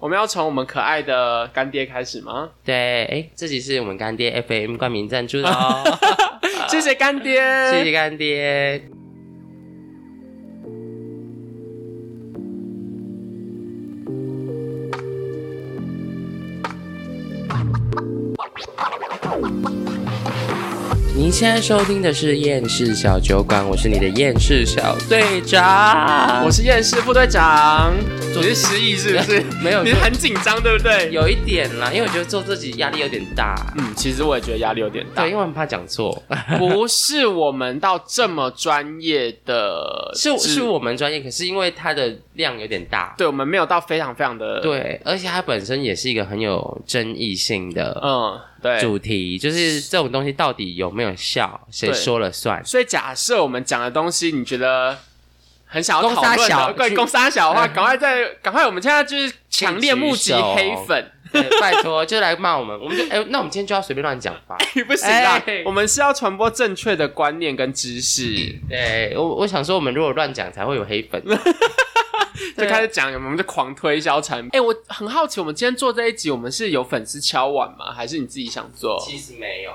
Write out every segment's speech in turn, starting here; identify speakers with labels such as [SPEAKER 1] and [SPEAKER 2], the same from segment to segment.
[SPEAKER 1] 我们要从我们可爱的干爹开始吗？
[SPEAKER 2] 对，哎，这集是我们干爹 FM 冠名赞助的哦，
[SPEAKER 1] 谢谢干爹，
[SPEAKER 2] 谢谢干爹。您现在收听的是《厌世小酒馆》，我是你的厌世小队长，
[SPEAKER 1] 我是验世副队长。你是失忆是不是？
[SPEAKER 2] 没有
[SPEAKER 1] 你很紧张对不对？
[SPEAKER 2] 有一点啦，因为我觉得做自己压力有点大，
[SPEAKER 1] 嗯，其实我也觉得压力有点大
[SPEAKER 2] 对，因，为我很怕讲错，
[SPEAKER 1] 不是我们到这么专业的知，
[SPEAKER 2] 是是我们专业，可是因为它的量有点大，
[SPEAKER 1] 对我们没有到非常非常的，，
[SPEAKER 2] 对，而且它本身也是一个很有争议性的
[SPEAKER 1] 嗯，对。
[SPEAKER 2] 主题，就是这种东西到底有没有效，谁
[SPEAKER 1] 对
[SPEAKER 2] 说了算？
[SPEAKER 1] 所以假设我们讲的东西，你觉得很想要
[SPEAKER 2] 公
[SPEAKER 1] 讨
[SPEAKER 2] 杀
[SPEAKER 1] 论
[SPEAKER 2] 小
[SPEAKER 1] 的，对
[SPEAKER 2] 去
[SPEAKER 1] 公杀小的话，赶快在赶快，我们现在就是强烈募集
[SPEAKER 2] 请举手
[SPEAKER 1] 黑粉，
[SPEAKER 2] 对拜托，就来骂我们，我们就哎、那我们今天就要随便乱讲吧。
[SPEAKER 1] 你不行啦
[SPEAKER 2] 哎，
[SPEAKER 1] 我们是要传播正确的观念跟知识，
[SPEAKER 2] 对我，我想说，我们如果乱讲才会有黑 粉。
[SPEAKER 1] 就
[SPEAKER 2] 对啊
[SPEAKER 1] 开始讲，我们就狂推销产品。哎，我很好奇，我们今天做这一集，我们是有粉丝敲碗吗？还是你自己想做？
[SPEAKER 2] 其实没有，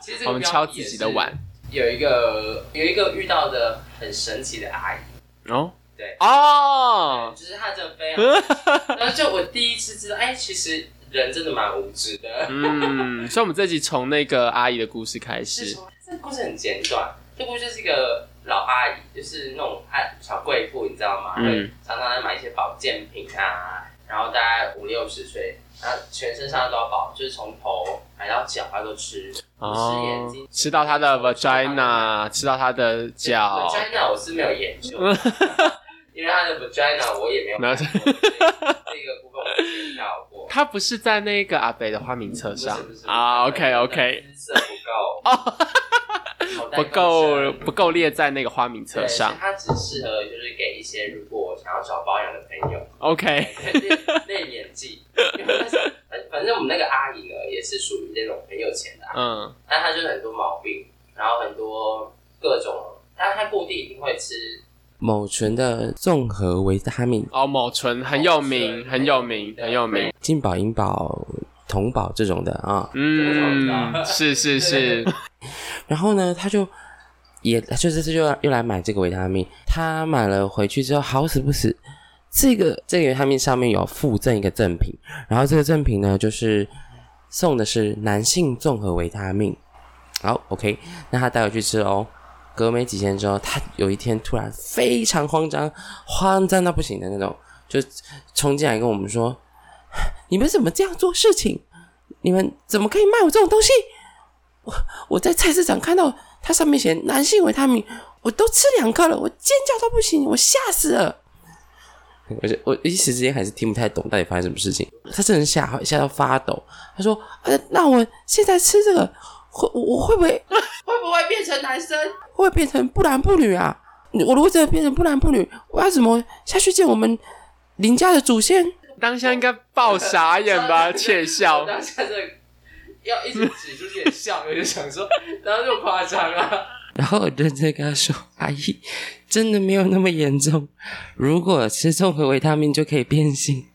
[SPEAKER 2] 其实
[SPEAKER 1] 我们敲自己的碗。。
[SPEAKER 2] 有一个有一个遇到的很神奇的阿姨，
[SPEAKER 1] 哦，
[SPEAKER 2] 对
[SPEAKER 1] 哦，
[SPEAKER 2] 就是她真的非 常，然后就我第一次知道，哎、其实人真的蛮无知 的。
[SPEAKER 1] 嗯，所以我们这集从那个阿姨的故事开
[SPEAKER 2] 是
[SPEAKER 1] 始。
[SPEAKER 2] 说这个故事很简短，这故事就是一个老阿姨，就是那种爱小贵妇，你知道吗？
[SPEAKER 1] 嗯
[SPEAKER 2] 会常常在买一些保健品啊，然后大概五六十岁，然后全身上下都要保，就是从头买到脚，她都吃，吃眼
[SPEAKER 1] 哦
[SPEAKER 2] 睛，，
[SPEAKER 1] 吃到她的 vagina，吃到她的脚，
[SPEAKER 2] vagina 我是没有研究， 因为她的 vagina 我也没有
[SPEAKER 1] 那
[SPEAKER 2] 看过，所以这个部分我没有听到 过。
[SPEAKER 1] 她不是在那个阿北的花名册上
[SPEAKER 2] 不是不是
[SPEAKER 1] 啊。
[SPEAKER 2] 不是
[SPEAKER 1] OK OK，
[SPEAKER 2] 姿色不够，
[SPEAKER 1] 不够不够列在那个花名册
[SPEAKER 2] 对，
[SPEAKER 1] 上。
[SPEAKER 2] 它只适合就是给一些如果想要找保养的朋友，
[SPEAKER 1] OK，
[SPEAKER 2] 那年纪，因为那时候反反正我们那个阿姨呢，也是属于那种很有钱的、啊，
[SPEAKER 1] 嗯，
[SPEAKER 2] 但她就是很多毛病，然后很多各种，但她固定一定会吃某醇的综合维他命、
[SPEAKER 1] 哦，某纯很有
[SPEAKER 2] 某
[SPEAKER 1] 名，
[SPEAKER 2] 醇
[SPEAKER 1] 很有名，
[SPEAKER 2] 对
[SPEAKER 1] 很有名。
[SPEAKER 2] 金宝、银宝、铜宝这种的啊。
[SPEAKER 1] 嗯，是是是，
[SPEAKER 2] 然后呢，他就也就这次又又来买这个维他命，他买了回去之后，好死不死，这个这个维他命上面有附赠一个赠品，然后这个赠品呢就是送的是男性综合维他命。好，OK，那他带回去吃哦。隔没几天之后，他有一天突然非常慌张，慌张到不行的那种，就冲进来跟我们说：“你们怎么这样做事情？你们怎么可以卖我这种东西？”我在菜市场看到它上面写男性维他命，我都吃两颗了，我尖叫到不行，我吓死了。我就我一时之间还是听不太懂到底发生什么事情，他真的吓坏吓到发抖。他说：“呃，那我现在吃这个，会我我会不会 会不会变成男生？会不会变成不男不女啊？你我如果真的变成不男不女，我要怎么下去见我们林家的祖先？”
[SPEAKER 1] 当下应该爆傻眼 吧，窃笑。
[SPEAKER 2] 当下这要一直挤出自己的笑，我就想说， 然后就夸张啊。 然后我认真跟他说：“阿姨，真的没有那么严重。如果吃综合维他命就可以变性，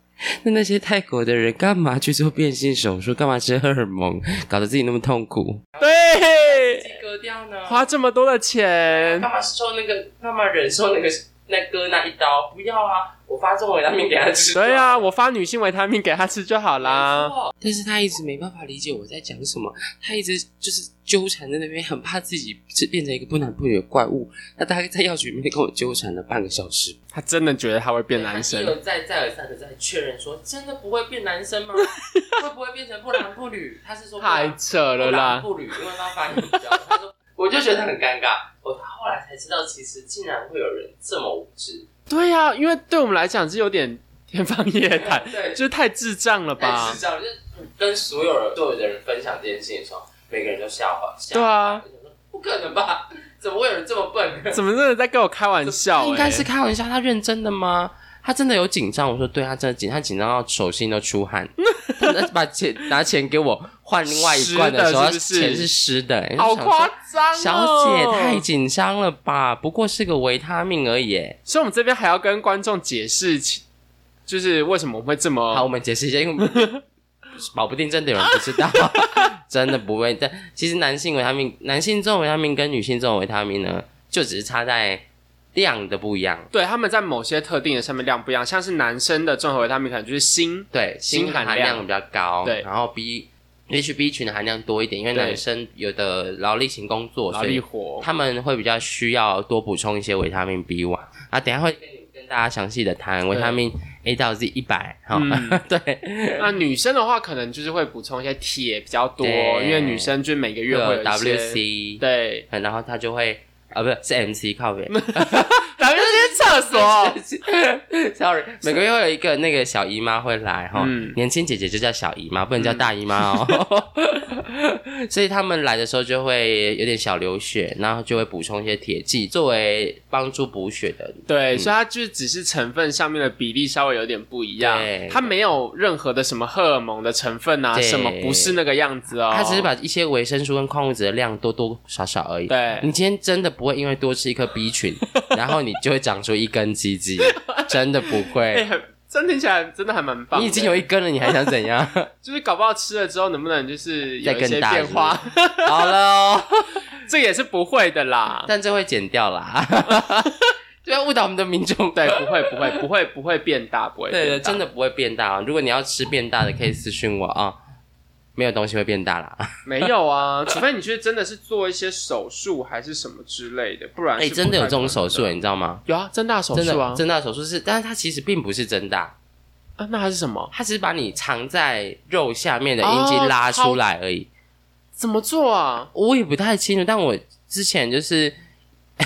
[SPEAKER 2] 那那些泰国的人干嘛去做变性手术？干嘛吃荷尔蒙，搞得自己那么痛苦？
[SPEAKER 1] 对，
[SPEAKER 2] 割掉呢
[SPEAKER 1] 花这么多的钱，
[SPEAKER 2] 干嘛受那个，干嘛忍受那个那割那一刀？不要啊！我发综合维他命给他吃
[SPEAKER 1] 对啊，我发女性维他命给她吃就好啦。
[SPEAKER 2] 但是他一直没办法理解我在讲什么，他一直就是纠缠在那边，很怕自己是变成一个不男不女的怪物。他大概在药局里面跟我纠缠了半个小时，
[SPEAKER 1] 她真的觉得她会变男
[SPEAKER 2] 他一
[SPEAKER 1] 生，
[SPEAKER 2] 而再再而三的在确认说，真的不会变男生吗？会不会变成不男不女？他是说不
[SPEAKER 1] 太
[SPEAKER 2] 男
[SPEAKER 1] 扯了啦。
[SPEAKER 2] 不男不女，因为他翻译比较，他说我就觉得很尴尬。我后来才知道，其实竟然会有人这么无知，
[SPEAKER 1] 对呀，因为对我们来讲是有点天方夜谭，
[SPEAKER 2] 对，
[SPEAKER 1] 就是太智障了
[SPEAKER 2] 但
[SPEAKER 1] 吧
[SPEAKER 2] 是？这样，就是跟所有人、所有的人分享这件事情的时候，每个人都笑话，笑
[SPEAKER 1] 对啊，
[SPEAKER 2] 不可能吧？ 怎么会有人这么 笨？
[SPEAKER 1] 怎么真的在跟我开玩笑？
[SPEAKER 2] 应该
[SPEAKER 1] 哎
[SPEAKER 2] 是开玩笑，他认真的吗？他真的有紧张？我说对，他真的紧，他紧张到手心都 出汗。他把钱拿钱给我换另外一罐时候，
[SPEAKER 1] 湿的是不是
[SPEAKER 2] 他钱是湿的、欸
[SPEAKER 1] 好夸张、哦，
[SPEAKER 2] 小姐太紧张了吧？不过是个维他命而已欸、
[SPEAKER 1] 所以我们这边还要跟观众解释，就是为什么会这么
[SPEAKER 2] 好，我们解释一下，因为 保不定真的有人不知道， 真的不会。但其实男性维他命、男性这种维他命跟女性这种维他命呢，就只是差在量的不一样。
[SPEAKER 1] 对，他们在某些特定的上面量不一样，像是男生的综合维他命可能就是锌，
[SPEAKER 2] 对，
[SPEAKER 1] 锌
[SPEAKER 2] 锌
[SPEAKER 1] 含
[SPEAKER 2] 含
[SPEAKER 1] 量
[SPEAKER 2] 量比较高，
[SPEAKER 1] 对
[SPEAKER 2] 然后 B HB 群的含量多一点，因为
[SPEAKER 1] 对
[SPEAKER 2] 男生有的劳力型工作，
[SPEAKER 1] 劳
[SPEAKER 2] 所
[SPEAKER 1] 力
[SPEAKER 2] 以
[SPEAKER 1] 活，
[SPEAKER 2] 他们会比较需要多补充一些维他命 B 丸啊。等一下会跟你跟大家详细的谈维他命 A 到 Z 一百，哈，
[SPEAKER 1] 嗯
[SPEAKER 2] 对，
[SPEAKER 1] 那女生的话可能就是会补充一些铁比较多，
[SPEAKER 2] 对
[SPEAKER 1] 因为女生就每个月会
[SPEAKER 2] 有
[SPEAKER 1] 有一些
[SPEAKER 2] WC，
[SPEAKER 1] 对
[SPEAKER 2] 嗯然后他就会啊，不是是 MC 靠边
[SPEAKER 1] WC 厕所，
[SPEAKER 2] ，sorry，每个月会有一个那个小姨妈会来哈，
[SPEAKER 1] 嗯
[SPEAKER 2] 年轻姐姐就叫小姨妈，不能叫大姨 妈哦。所以他们来的时候就会有点小流血，然后就会补充一些铁剂作为帮助补血的。
[SPEAKER 1] 对，所以它就是只是成分上面的比例稍微有点不一样
[SPEAKER 2] 对，
[SPEAKER 1] 它没有任何的什么荷尔蒙的成分啊，
[SPEAKER 2] 对
[SPEAKER 1] 什么不是那个样子哦，
[SPEAKER 2] 他只是把一些维生素跟矿物质的量多多少少而已。
[SPEAKER 1] 对哎
[SPEAKER 2] 你今天真的不会因为多吃一颗 B 群，然后你就会长出一根鸡鸡，真的不
[SPEAKER 1] 哎
[SPEAKER 2] 会。
[SPEAKER 1] 很真听起来真的还蛮棒的，
[SPEAKER 2] 你已经有一根了，你还想怎样？
[SPEAKER 1] 就是搞不好吃了之后能不能就是 有
[SPEAKER 2] 再
[SPEAKER 1] 一
[SPEAKER 2] 更
[SPEAKER 1] 些
[SPEAKER 2] 大
[SPEAKER 1] 变化，
[SPEAKER 2] 好了哦。
[SPEAKER 1] 这也是不会的 啦。
[SPEAKER 2] 但这会剪掉啦， 就要误导我们的民众。
[SPEAKER 1] 对，不会，不会，不会，不会变大，不会
[SPEAKER 2] 对对，
[SPEAKER 1] 变大。
[SPEAKER 2] 真的不会变大、啊。如果你要吃变大的，可以私信我啊、没有东西会变大啦。
[SPEAKER 1] 没有啊，除非你去真的是做一些手术还是什么之类的，不然
[SPEAKER 2] 哎、
[SPEAKER 1] 是不
[SPEAKER 2] 真的有
[SPEAKER 1] 太
[SPEAKER 2] 这种
[SPEAKER 1] 可
[SPEAKER 2] 手
[SPEAKER 1] 能
[SPEAKER 2] 术，欸
[SPEAKER 1] 的？
[SPEAKER 2] 你知道吗？
[SPEAKER 1] 有啊，增大手
[SPEAKER 2] 真
[SPEAKER 1] 术
[SPEAKER 2] 的
[SPEAKER 1] 啊，
[SPEAKER 2] 增大手术是，但是它其实并不是增大，
[SPEAKER 1] 啊，那还是什么？
[SPEAKER 2] 它只是把你藏在肉下面的阴茎
[SPEAKER 1] 哦
[SPEAKER 2] 拉
[SPEAKER 1] 超
[SPEAKER 2] 出来而已。
[SPEAKER 1] 怎么做啊？
[SPEAKER 2] 我也不太清楚，但我之前就是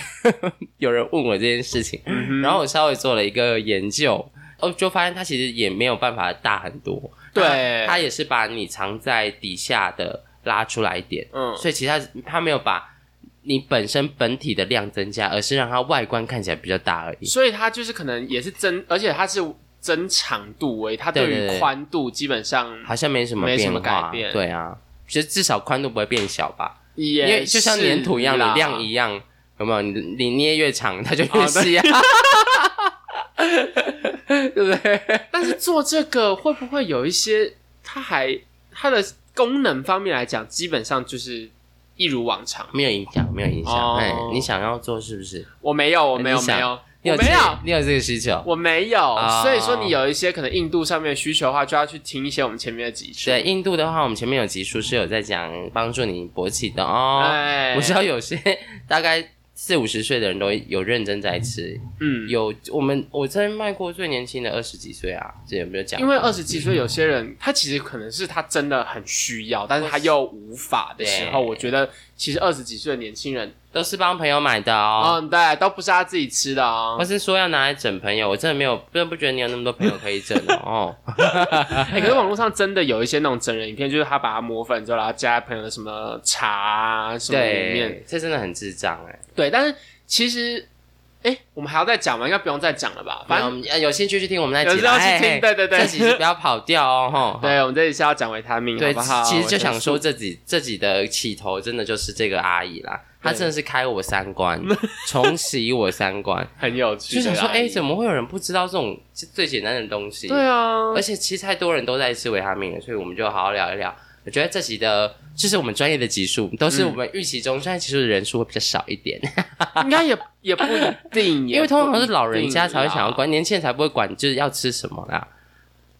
[SPEAKER 2] 有人问我这件事情，
[SPEAKER 1] 嗯
[SPEAKER 2] 然后我稍微做了一个研究，哦，就发现它其实也没有办法大很多，
[SPEAKER 1] 对
[SPEAKER 2] 它它也是把你藏在底下的拉出来一点，
[SPEAKER 1] 嗯，
[SPEAKER 2] 所以其实它它没有把你本身本体的量增加，而是让它外观看起来比较大而已。
[SPEAKER 1] 所以它就是可能也是增，而且它是增长度为，它
[SPEAKER 2] 对
[SPEAKER 1] 对
[SPEAKER 2] 对对
[SPEAKER 1] 于宽度基本上
[SPEAKER 2] 好像没什么
[SPEAKER 1] 没什
[SPEAKER 2] 变
[SPEAKER 1] 么
[SPEAKER 2] 化，
[SPEAKER 1] 改变
[SPEAKER 2] 对啊，其实至少宽度不会变小吧？
[SPEAKER 1] 也
[SPEAKER 2] 因为就像
[SPEAKER 1] 是
[SPEAKER 2] 粘土一样，
[SPEAKER 1] 啦
[SPEAKER 2] 你量一样，有没有？你你捏越长，它就越
[SPEAKER 1] 哦对
[SPEAKER 2] 细啊，对不对？
[SPEAKER 1] 但是做这个会不会有一些，它还它的功能方面来讲，基本上就是一如往常。
[SPEAKER 2] 没有影响，没有影响。
[SPEAKER 1] 哦
[SPEAKER 2] 哎，你想要做是不是？
[SPEAKER 1] 我没有，我没有，
[SPEAKER 2] 你想
[SPEAKER 1] 没有，
[SPEAKER 2] 你
[SPEAKER 1] 我
[SPEAKER 2] 这
[SPEAKER 1] 没有
[SPEAKER 2] 个，你有这个需求？
[SPEAKER 1] 我没有。
[SPEAKER 2] 哦
[SPEAKER 1] 所以说，你有一些可能硬度上面的需求的话，就要去听一些我们前面的集数。
[SPEAKER 2] 对，印度的话，我们前面有集数是有在讲帮助你勃起的哦。
[SPEAKER 1] 哎，
[SPEAKER 2] 我知道有些大概四五十岁的人都有认真在吃，
[SPEAKER 1] 嗯，
[SPEAKER 2] 有我们我在卖过最年轻的二十几岁啊，这有没有讲
[SPEAKER 1] 因？为二十几岁有些人，他其实可能是他真的很需要，但是他又无法的时候，
[SPEAKER 2] 对
[SPEAKER 1] 我觉得其实二十几岁的年轻人，
[SPEAKER 2] 都是帮朋友买的哦。
[SPEAKER 1] 嗯，对，都不是他自己吃的
[SPEAKER 2] 或
[SPEAKER 1] 哦。
[SPEAKER 2] 是说要拿来整朋友，我真的没有，真的不觉得你有那么多朋友可以整哦。哦
[SPEAKER 1] 哎、可是网络上真的有一些那种整人影片，就是他把它磨粉之后，然后加在朋友的什么茶啊什么里面。
[SPEAKER 2] 对，这真的很智障哎。
[SPEAKER 1] 对，但是其实，哎、我们还要再讲吗？应该不用再讲了吧？
[SPEAKER 2] 反
[SPEAKER 1] 反
[SPEAKER 2] 正我
[SPEAKER 1] 正，
[SPEAKER 2] 们呃有兴趣去听我们那
[SPEAKER 1] 有
[SPEAKER 2] 集
[SPEAKER 1] 时
[SPEAKER 2] 啦，
[SPEAKER 1] 候去
[SPEAKER 2] 哎
[SPEAKER 1] 听
[SPEAKER 2] 哎
[SPEAKER 1] 对对对
[SPEAKER 2] 这集是不要跑掉哦，哈。
[SPEAKER 1] 对，我们这里是要讲维他命，
[SPEAKER 2] 对，
[SPEAKER 1] 好不好？
[SPEAKER 2] 其实就想说这集这集的起头真的就是这个阿姨啦，她
[SPEAKER 1] 对
[SPEAKER 2] 真的是开我三观，重洗我三观，
[SPEAKER 1] 很有趣，啊
[SPEAKER 2] 就想说，哎，怎
[SPEAKER 1] 么？
[SPEAKER 2] 么会有人不知道这种最简单的东西？
[SPEAKER 1] 对啊，
[SPEAKER 2] 而且其实太多人都在吃维他命了，所以我们就好好聊一聊。我觉得这集的，就是我们专业的集数，都是我们预期中，虽然其实人数会比较少一点，
[SPEAKER 1] 应该也也不一定，
[SPEAKER 2] 因为通常都是老人家才会想要
[SPEAKER 1] 关。
[SPEAKER 2] 管，年轻人才不会管，就是要吃什么啦。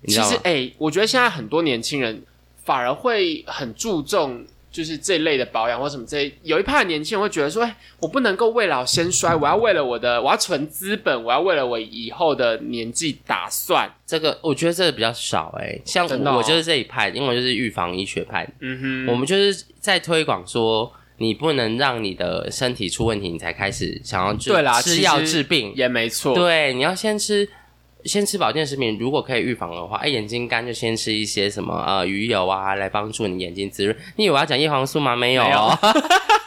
[SPEAKER 2] 你知
[SPEAKER 1] 其
[SPEAKER 2] 道
[SPEAKER 1] 实
[SPEAKER 2] 吗？，
[SPEAKER 1] 哎、我觉得现在很多年轻人反而会很注重。就是这类的保养或什么这一有一派的年轻人会觉得说，哎、我不能够未老先衰，我要为了我的，我要存资本，我要为了我以后的年纪打算。
[SPEAKER 2] 这个我觉得这个比较少哎、像
[SPEAKER 1] 真的哦
[SPEAKER 2] 我就是这一派，因为我就是预防医学派，
[SPEAKER 1] 嗯
[SPEAKER 2] 我
[SPEAKER 1] 哼，
[SPEAKER 2] 们就是在推广说，你不能让你的身体出问题，你才开始想要治
[SPEAKER 1] 对啦其
[SPEAKER 2] 吃
[SPEAKER 1] 实
[SPEAKER 2] 药治病，
[SPEAKER 1] 也没错。
[SPEAKER 2] 对，你要先吃，先吃保健食品，如果可以预防的话，哎，眼睛干就先吃一些什么呃鱼油啊，来帮助你眼睛滋润。你以为我要讲叶黄素吗？没有
[SPEAKER 1] 没
[SPEAKER 2] 哦
[SPEAKER 1] 有，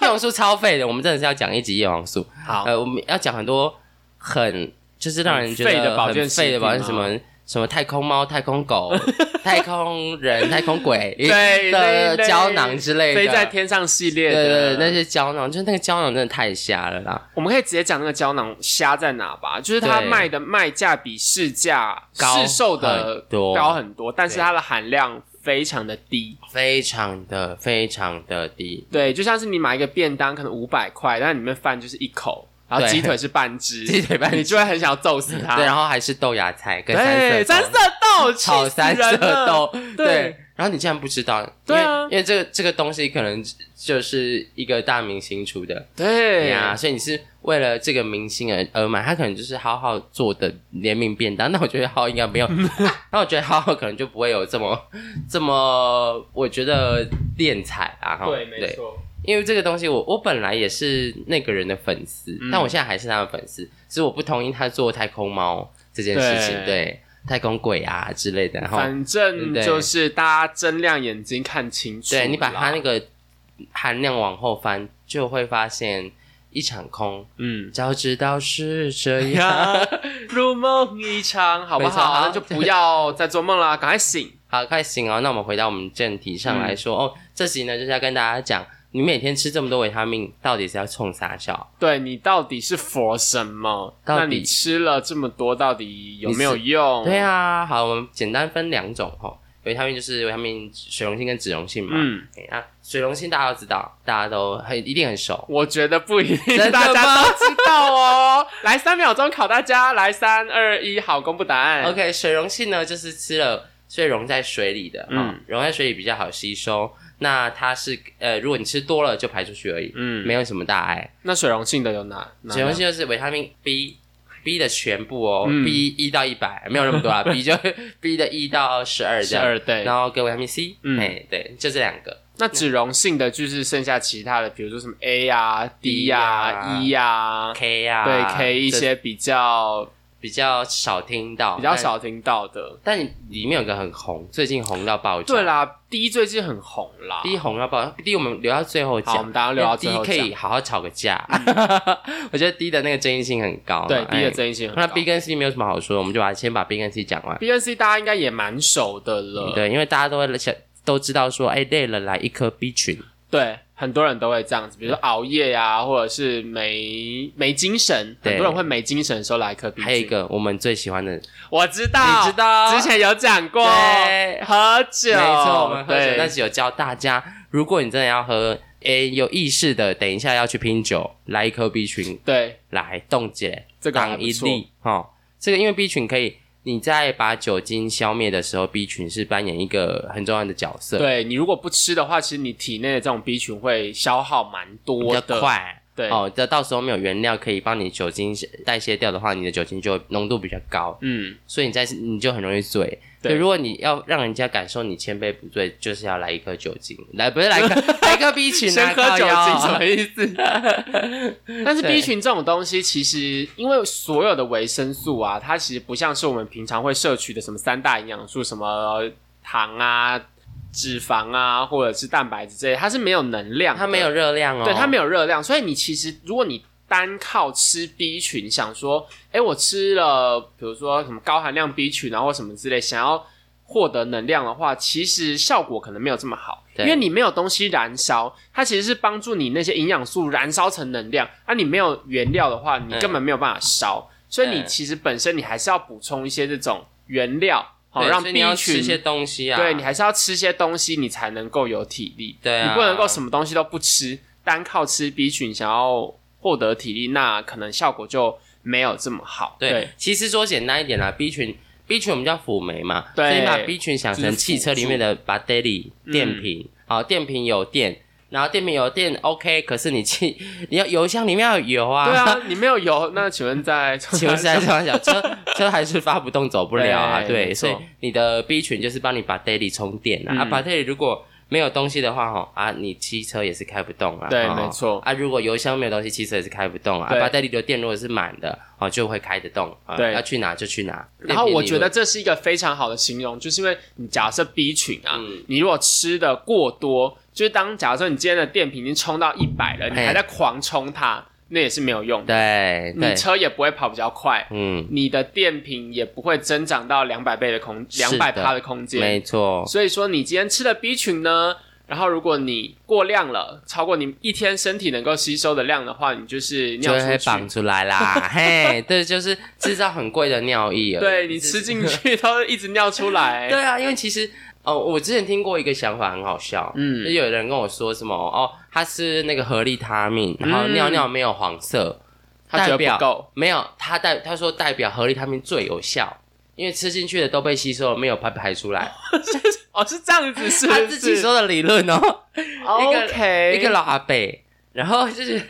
[SPEAKER 2] 叶黄素超费的，我们真的是要讲一集叶黄素。
[SPEAKER 1] 好，
[SPEAKER 2] 呃，我们要讲很多很就是让人觉得
[SPEAKER 1] 很废的保健
[SPEAKER 2] 很
[SPEAKER 1] 食
[SPEAKER 2] 废的保健
[SPEAKER 1] 品啊
[SPEAKER 2] 什
[SPEAKER 1] 吗
[SPEAKER 2] 么什么太空猫、太空狗、太空人、太空鬼
[SPEAKER 1] 对
[SPEAKER 2] 的
[SPEAKER 1] 对
[SPEAKER 2] 胶囊之类的，
[SPEAKER 1] 飞在天上系列
[SPEAKER 2] 对对
[SPEAKER 1] 的，
[SPEAKER 2] 对，那些胶囊，就是那个胶囊真的太瞎了啦，
[SPEAKER 1] 我们可以直接讲那个胶囊虾在哪吧，就是它
[SPEAKER 2] 对
[SPEAKER 1] 卖的卖价比市价
[SPEAKER 2] 高
[SPEAKER 1] 市售的
[SPEAKER 2] 很多
[SPEAKER 1] 高很多，但是
[SPEAKER 2] 对
[SPEAKER 1] 它的含量非常的低。
[SPEAKER 2] 非常的非常的低。
[SPEAKER 1] 对，就像是你买一个便当，可能五百块，但里面饭就是一口，然后
[SPEAKER 2] 对
[SPEAKER 1] 鸡腿是半只，
[SPEAKER 2] 鸡腿半只
[SPEAKER 1] 你就会很想要揍死它。
[SPEAKER 2] 对，然后还是豆芽菜跟
[SPEAKER 1] 对，
[SPEAKER 2] 三
[SPEAKER 1] 三
[SPEAKER 2] 色
[SPEAKER 1] 色豆，
[SPEAKER 2] 豆炒
[SPEAKER 1] 气死
[SPEAKER 2] 三色
[SPEAKER 1] 人了，
[SPEAKER 2] 豆，
[SPEAKER 1] 对
[SPEAKER 2] 对。然后你竟然不知道，因
[SPEAKER 1] 对
[SPEAKER 2] 为
[SPEAKER 1] 啊
[SPEAKER 2] 因为这个这个东西可能就是一个大明星出的，
[SPEAKER 1] 对
[SPEAKER 2] 对呀、所以你是为了这个明星而而买，他可能就是浩浩做的联名便当， 那我觉得浩浩应 该没有，那我觉得浩浩可能就不会有这么这么，我觉得敛财啊，哈
[SPEAKER 1] 对，没错，
[SPEAKER 2] 因为这个东西我我本来也是那个人的粉丝，
[SPEAKER 1] 嗯
[SPEAKER 2] 但我现在还是他的粉丝，只是我不同意他做太空猫这件事情，
[SPEAKER 1] 对
[SPEAKER 2] 对太空鬼啊之类的，然后
[SPEAKER 1] 反正
[SPEAKER 2] 嗯对
[SPEAKER 1] 就是大家睁亮眼睛看清楚啦。
[SPEAKER 2] 对你把它那个含量往后翻，就会发现一场空。
[SPEAKER 1] 嗯。
[SPEAKER 2] 早知道是这样，
[SPEAKER 1] 呀，如梦一场，好不
[SPEAKER 2] 没错好
[SPEAKER 1] 好？那就不要再做梦啦，赶快醒。
[SPEAKER 2] 好，快醒哦！那我们回到我们正题上来说，哦，这集呢就是要跟大家讲，你每天吃这么多维他命，到底是要冲啥笑？
[SPEAKER 1] 对你到底是 for 什么？
[SPEAKER 2] 到底
[SPEAKER 1] 那你吃了这么多，到底有没有用？
[SPEAKER 2] 对，啊，好，我们简单分两种哦，维他命就是维他命水溶性跟脂溶性嘛。
[SPEAKER 1] 嗯，
[SPEAKER 2] 哎啊，水溶性大家都知道，大家都很一定很熟。
[SPEAKER 1] 我觉得不一定
[SPEAKER 2] 真，的
[SPEAKER 1] 大家
[SPEAKER 2] 吗
[SPEAKER 1] 都知道哦。来，三秒钟考大家，来，三二一，好，公布答案。
[SPEAKER 2] OK，水溶性呢就是吃了，所以溶在水里的，嗯、
[SPEAKER 1] 嗯
[SPEAKER 2] 溶在水里比较好吸收。那它是呃，如果你吃多了就排出去而已，
[SPEAKER 1] 嗯，
[SPEAKER 2] 没有什么大碍。
[SPEAKER 1] 那水溶性的有哪？哪
[SPEAKER 2] 水溶性就是维他命 B。B 的全部哦、
[SPEAKER 1] 嗯
[SPEAKER 2] b 一到一百没有那么 多啦，B 就 B 的一到十二这
[SPEAKER 1] 十
[SPEAKER 2] 样，
[SPEAKER 1] 二对。
[SPEAKER 2] 然后跟维他命 C，哎、
[SPEAKER 1] 嗯
[SPEAKER 2] 对，就这两个，
[SPEAKER 1] 那脂溶性的就是剩下其他的，比如说什么 A 呀、D 呀、
[SPEAKER 2] D 呀
[SPEAKER 1] E 呀，
[SPEAKER 2] K 呀、
[SPEAKER 1] 对 K 一
[SPEAKER 2] 这
[SPEAKER 1] 些比较
[SPEAKER 2] 比较少听到，
[SPEAKER 1] 比较少听到的。
[SPEAKER 2] 但，但里面有个很红，最近红到爆炸，
[SPEAKER 1] 对啦，D 最近很红啦。
[SPEAKER 2] ，D 红到爆，D 我们留到最后
[SPEAKER 1] 好，我们
[SPEAKER 2] 讲，
[SPEAKER 1] 大家留到最后
[SPEAKER 2] D 可以
[SPEAKER 1] 讲。
[SPEAKER 2] 好好吵 个架，我觉得 D 的那个争议性很高嘛，
[SPEAKER 1] 对，D 的
[SPEAKER 2] 哎
[SPEAKER 1] 争议性很
[SPEAKER 2] 那
[SPEAKER 1] 高
[SPEAKER 2] B 跟 C 没有什么好说，我们就把先把 B 跟 C 讲完。
[SPEAKER 1] B N C 大家应该也蛮熟的了，
[SPEAKER 2] 对，因为大家都会想都知道说，哎、累了来一颗 B 群，
[SPEAKER 1] 对很多人都会这样子，比如说熬夜呀、或者是没没精神，
[SPEAKER 2] 对
[SPEAKER 1] 很多人会没精神的时候来一颗 B
[SPEAKER 2] 还有一
[SPEAKER 1] 群。
[SPEAKER 2] 个我们最喜欢的，
[SPEAKER 1] 我知道，
[SPEAKER 2] 你知道
[SPEAKER 1] 之前有讲过
[SPEAKER 2] 对
[SPEAKER 1] 喝酒，
[SPEAKER 2] 没错，我们喝酒
[SPEAKER 1] 哦对
[SPEAKER 2] 那集有教大家，如果你真的要喝，哎、有意识的，等一下要去拼酒，来一颗 B 群，
[SPEAKER 1] 对
[SPEAKER 2] 来冻结，
[SPEAKER 1] 这个还
[SPEAKER 2] 挡
[SPEAKER 1] 不
[SPEAKER 2] 一
[SPEAKER 1] 错，
[SPEAKER 2] 粒，哈，这个因为 B 群可以。你在把酒精消灭的时候，B 群是扮演一个很重要的角色，，
[SPEAKER 1] 对你如果不吃的话，其实你体内的这种 B 群会消耗蛮
[SPEAKER 2] 比
[SPEAKER 1] 多
[SPEAKER 2] 较
[SPEAKER 1] 的，
[SPEAKER 2] 快
[SPEAKER 1] 对，
[SPEAKER 2] 哦。这到时候没有原料可以帮你酒精代谢掉的话，你的酒精就浓度比较高，
[SPEAKER 1] 嗯，
[SPEAKER 2] 所以你在你就很容易醉。
[SPEAKER 1] 对
[SPEAKER 2] 对，如果你要让人家感受你千杯不醉，就是要来一颗酒精，来不是 来一颗来一颗 B 群、啊，
[SPEAKER 1] 先喝酒精什
[SPEAKER 2] 靠
[SPEAKER 1] 么
[SPEAKER 2] 腰
[SPEAKER 1] 意思？ 但是
[SPEAKER 2] 对
[SPEAKER 1] B 群这种东西，其实因为所有的维生素啊，它其实不像是我们平常会摄取的什么三大营养素，什么糖啊、脂肪啊，或者是蛋白质这类，它是没有能量，
[SPEAKER 2] 它没有，热量哦，
[SPEAKER 1] 对，它没
[SPEAKER 2] 有，
[SPEAKER 1] 有热量，所以你其实如果你单靠吃 B 群，想说，哎，我吃了，比如说什么高含量 B 群，然啊后什么之类，想要获得能量的话，其实效果可能没有这么好，因
[SPEAKER 2] 对
[SPEAKER 1] 为你没有东西燃烧，它其实是帮助你那些营养素燃烧成能量，啊，你没有原料的话，你根本没有办法烧，所以你
[SPEAKER 2] 嗯
[SPEAKER 1] 其实本身你还是要补充一些这种原料，好
[SPEAKER 2] 对
[SPEAKER 1] 让 B
[SPEAKER 2] 所以你要吃
[SPEAKER 1] 群
[SPEAKER 2] 些东西啊，
[SPEAKER 1] 对你还是要吃些东西，你才能够有体力。
[SPEAKER 2] 对啊
[SPEAKER 1] 你不能够什么东西都不吃，单靠吃 B 群想要获得体力，那可能效果就没有这么好。
[SPEAKER 2] 对其实说简单一点啦，B 群。B 群我们叫辅酶嘛，
[SPEAKER 1] 对
[SPEAKER 2] 所以你把 B 群想
[SPEAKER 1] 就
[SPEAKER 2] 成
[SPEAKER 1] 是辅助
[SPEAKER 2] 汽车里面的 battery
[SPEAKER 1] 嗯
[SPEAKER 2] 电瓶，好、电瓶有电，然后电瓶有电 OK，可是你汽 你要油箱里面要有油啊，
[SPEAKER 1] 对啊，你没有油，那请问在
[SPEAKER 2] 请问是啊在上小车车还是发不动走不了啊？
[SPEAKER 1] 对
[SPEAKER 2] 对，
[SPEAKER 1] 没错
[SPEAKER 2] 所以你的 B 群就是帮你把 daily 充电啊，
[SPEAKER 1] 嗯
[SPEAKER 2] 啊，把 daily 如果没有东西的话，哈啊，你汽车也是开不动啊。
[SPEAKER 1] 对
[SPEAKER 2] 哦
[SPEAKER 1] 没错
[SPEAKER 2] 啊，如果油箱没有东西，汽车也是开不动啊。
[SPEAKER 1] 对
[SPEAKER 2] 把 daily 的电如果是满的，哦，就会开得动。啊
[SPEAKER 1] 对
[SPEAKER 2] 要去哪就去哪。
[SPEAKER 1] 然后我
[SPEAKER 2] 电瓶理论
[SPEAKER 1] 觉得，这是一个非常好的形容，就是因为你假设 B 群啊，
[SPEAKER 2] 嗯
[SPEAKER 1] 你如果吃的过多，就是当假设你今天的电瓶已经充到一百了，你
[SPEAKER 2] 嘿
[SPEAKER 1] 还在狂充它，那也是没有用的。
[SPEAKER 2] 对
[SPEAKER 1] 你
[SPEAKER 2] 对，
[SPEAKER 1] 车也不会跑比较快，
[SPEAKER 2] 嗯，
[SPEAKER 1] 你的电瓶也不会增长到两百倍的空
[SPEAKER 2] 是
[SPEAKER 1] 两
[SPEAKER 2] 的
[SPEAKER 1] 百帕的空间，
[SPEAKER 2] 没错，
[SPEAKER 1] 所以说，你今天吃的 B 群呢，然后如果你过量了，超过你一天身体能够吸收的量的话，你就是
[SPEAKER 2] 就
[SPEAKER 1] 尿
[SPEAKER 2] 会
[SPEAKER 1] 出
[SPEAKER 2] 绑
[SPEAKER 1] 去。
[SPEAKER 2] 出来 啦。嘿，对，就是制造很贵的尿液而已。
[SPEAKER 1] 对你吃进去，它会一直尿出来。
[SPEAKER 2] 对啊，因为其实哦，我之前听过一个想法很好笑，
[SPEAKER 1] 嗯
[SPEAKER 2] 就有人跟我说什么哦，他吃那个合利他命，然后
[SPEAKER 1] 嗯
[SPEAKER 2] 尿尿没有黄色，
[SPEAKER 1] 他觉
[SPEAKER 2] 代
[SPEAKER 1] 得
[SPEAKER 2] 表
[SPEAKER 1] 不够。
[SPEAKER 2] 没有，他代他说代表合利他命最有效。因为吃进去的都被吸收了，没有排排出来，
[SPEAKER 1] 哦，是这样子，是
[SPEAKER 2] 他自己说的理论哦。
[SPEAKER 1] OK，
[SPEAKER 2] 一个老阿伯，然后就是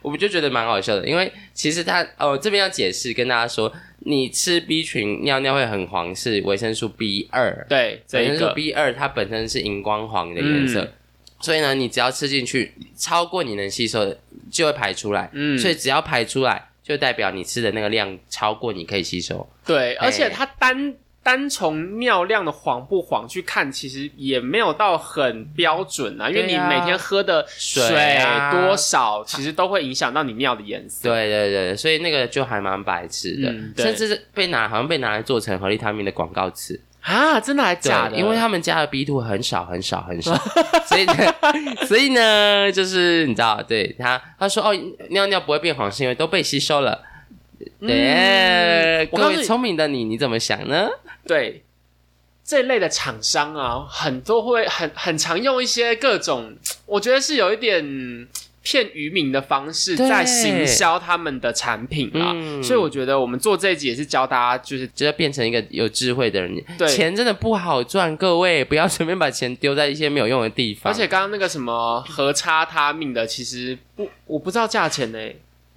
[SPEAKER 2] 我们就觉得蛮好笑的，因为其实他哦这边要解释跟大家说，你吃 B 群尿尿会很黄是维生素 B 二，
[SPEAKER 1] 对这
[SPEAKER 2] 维生
[SPEAKER 1] 一
[SPEAKER 2] 素
[SPEAKER 1] 个
[SPEAKER 2] B 二它本身是荧光黄的颜色，
[SPEAKER 1] 嗯
[SPEAKER 2] 所以呢你只要吃进去超过你能吸收的就会排出来，
[SPEAKER 1] 嗯
[SPEAKER 2] 所以只要排出来就代表你吃的那个量超过你可以吸收，
[SPEAKER 1] 对，
[SPEAKER 2] 哎
[SPEAKER 1] 而且它单单从尿量的黄不黄去看，其实也没有到很标准啊，因为
[SPEAKER 2] 对
[SPEAKER 1] 你
[SPEAKER 2] 啊
[SPEAKER 1] 每天喝的
[SPEAKER 2] 水啊
[SPEAKER 1] 多少，其实都会影响到你尿的颜色。
[SPEAKER 2] 对对对，所以那个就还蛮白痴的，
[SPEAKER 1] 嗯对
[SPEAKER 2] 甚至是被拿好像被拿来做成合力他命的广告词。
[SPEAKER 1] 啊，真的还
[SPEAKER 2] 对
[SPEAKER 1] 假的？
[SPEAKER 2] 因为他们家的 B two 很少很少很少， 所以呢， 所以呢，就是你知道，对他他说哦，尿尿不会变黄是因为都被吸收了。对，
[SPEAKER 1] 我嗯告
[SPEAKER 2] 各
[SPEAKER 1] 诉你
[SPEAKER 2] 位聪明的你，你怎么想呢？
[SPEAKER 1] 对这类的厂商啊，很多会很很常用一些各种，我觉得是有一点嗯骗渔民的方式
[SPEAKER 2] 对
[SPEAKER 1] 在行销他们的产品啊。
[SPEAKER 2] 嗯
[SPEAKER 1] 所以我觉得我们做这一集也是教大家，就是
[SPEAKER 2] 就要变成一个有智慧的人。
[SPEAKER 1] 对
[SPEAKER 2] 钱真的不好赚，各位不要随便把钱丢在一些没有用的地方，
[SPEAKER 1] 而且刚刚那个什么和差他命的，其实不我不知道价钱呢、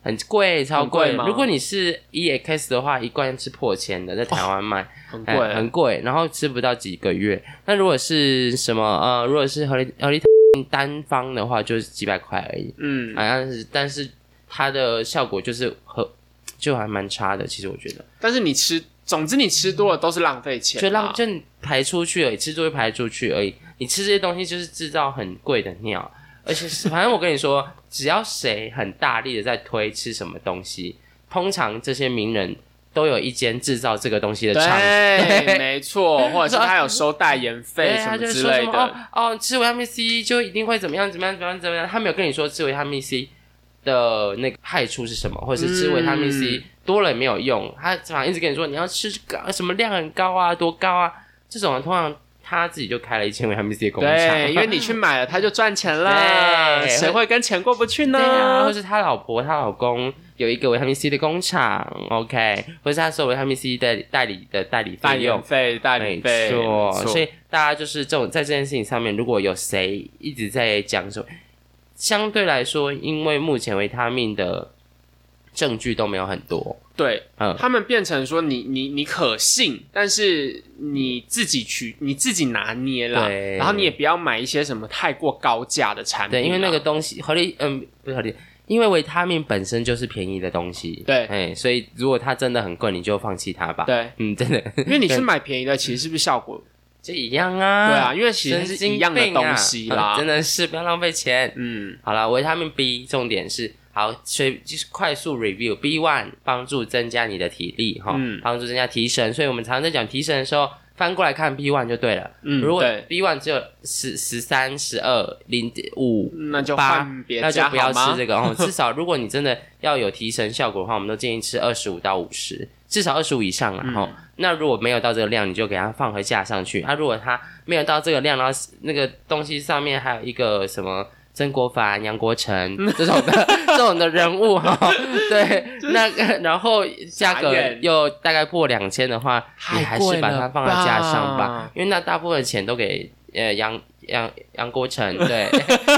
[SPEAKER 2] 很贵，超
[SPEAKER 1] 很贵
[SPEAKER 2] 贵
[SPEAKER 1] 吗。
[SPEAKER 2] 如果你是 EX 的话，一罐是破千的，在台湾卖。
[SPEAKER 1] 很贵、
[SPEAKER 2] 哎很贵，然后吃不到几个月。那如果是什么呃，如果是合理合理单方的话，就是几百块而已。
[SPEAKER 1] 嗯，
[SPEAKER 2] 好像是，但是它的效果就是和就还蛮差的。其实我觉得，
[SPEAKER 1] 但是你吃，总之你吃多了都是浪费钱啊、
[SPEAKER 2] 就让就你排出去而已，吃就会排出去而已。你吃这些东西就是制造很贵的尿，而且是反正我跟你说，只要谁很大力的在推吃什么东西，通常这些名人都有一间制造这个东西的厂
[SPEAKER 1] 对，没错，或者是他有收代言
[SPEAKER 2] 对
[SPEAKER 1] 费什
[SPEAKER 2] 他
[SPEAKER 1] 么
[SPEAKER 2] 就
[SPEAKER 1] 之
[SPEAKER 2] 说
[SPEAKER 1] 类
[SPEAKER 2] 什么
[SPEAKER 1] 的。
[SPEAKER 2] 哦哦，吃维他命 C 就一定会怎么样怎么样怎么样怎么样，他没有跟你说吃维他命 C 的那个害处是什么，或者是吃维他命 C
[SPEAKER 1] 嗯
[SPEAKER 2] 多了也没有用，他反正一直跟你说你要吃高什么量很高啊，多高啊，这种通常他自己就开了一间维他命 C 的工厂，
[SPEAKER 1] 对，因为你去买了，他就赚钱了，
[SPEAKER 2] 对
[SPEAKER 1] 谁会跟钱过不去
[SPEAKER 2] 对
[SPEAKER 1] 呢？
[SPEAKER 2] 啊，或是他老婆他老公有一个维他命 C 的工厂，OK，或是他收维他命 C 代理代理的代理
[SPEAKER 1] 代
[SPEAKER 2] 费用
[SPEAKER 1] 言。费，代理
[SPEAKER 2] 没
[SPEAKER 1] 费，
[SPEAKER 2] 错，
[SPEAKER 1] 没错
[SPEAKER 2] 所以大家就是这种在这件事情上面，如果有谁一直在讲说，相对来说，因为目前维他命的证据都没有很多，
[SPEAKER 1] 对
[SPEAKER 2] 嗯，
[SPEAKER 1] 他们变成说你你你可信，但是你自己去你自己拿捏啦，
[SPEAKER 2] 对
[SPEAKER 1] 然后你也不要买一些什么太过高价的产品啦，
[SPEAKER 2] 对，因为那个东西合理，嗯，不是合理，因为维他命本身就是便宜的东西，
[SPEAKER 1] 对
[SPEAKER 2] 哎，所以如果它真的很贵，你就放弃它吧，，
[SPEAKER 1] 对，
[SPEAKER 2] 嗯，真的，
[SPEAKER 1] 因为你是买便宜的，其实是不是效果？
[SPEAKER 2] 就一样啊，
[SPEAKER 1] 对啊，，因为其
[SPEAKER 2] 神
[SPEAKER 1] 实是
[SPEAKER 2] 经
[SPEAKER 1] 一样的
[SPEAKER 2] 病啊
[SPEAKER 1] 东西
[SPEAKER 2] 嗯
[SPEAKER 1] 啦，
[SPEAKER 2] 真的是不要浪费钱，
[SPEAKER 1] 嗯，
[SPEAKER 2] 好了，维他命 B 重点是好，所以就是快速 review B one 帮助增加你的体力哈
[SPEAKER 1] 嗯，
[SPEAKER 2] 帮、助增加提神，所以我们常常在讲提神的时候，翻过来看 B one 就对了。
[SPEAKER 1] 嗯
[SPEAKER 2] 如果
[SPEAKER 1] 对
[SPEAKER 2] B one 只有十十三、十二、零五。
[SPEAKER 1] 那就
[SPEAKER 2] 八
[SPEAKER 1] 换别
[SPEAKER 2] 那就
[SPEAKER 1] 家
[SPEAKER 2] 不要
[SPEAKER 1] 好
[SPEAKER 2] 吃
[SPEAKER 1] 吗？
[SPEAKER 2] 这 个哦。至少如果你真的要有提神效果的话，我们都建议吃二十五到五十，至少二十五以上
[SPEAKER 1] 嗯
[SPEAKER 2] 然后、齁那如果没有到这个量，你就给它放回架上去。它、如果它没有到这个量，然后那个东西上面还有一个什么曾国藩、杨 国成这种的这种的人物哈、齁对，那个然后价
[SPEAKER 1] 傻
[SPEAKER 2] 格
[SPEAKER 1] 眼
[SPEAKER 2] 又大概破两千的话，你
[SPEAKER 1] 太
[SPEAKER 2] 还
[SPEAKER 1] 贵
[SPEAKER 2] 是把
[SPEAKER 1] 了
[SPEAKER 2] 它放在架
[SPEAKER 1] 吧
[SPEAKER 2] 上吧，因为那大部分钱都给呃杨杨杨 国成对。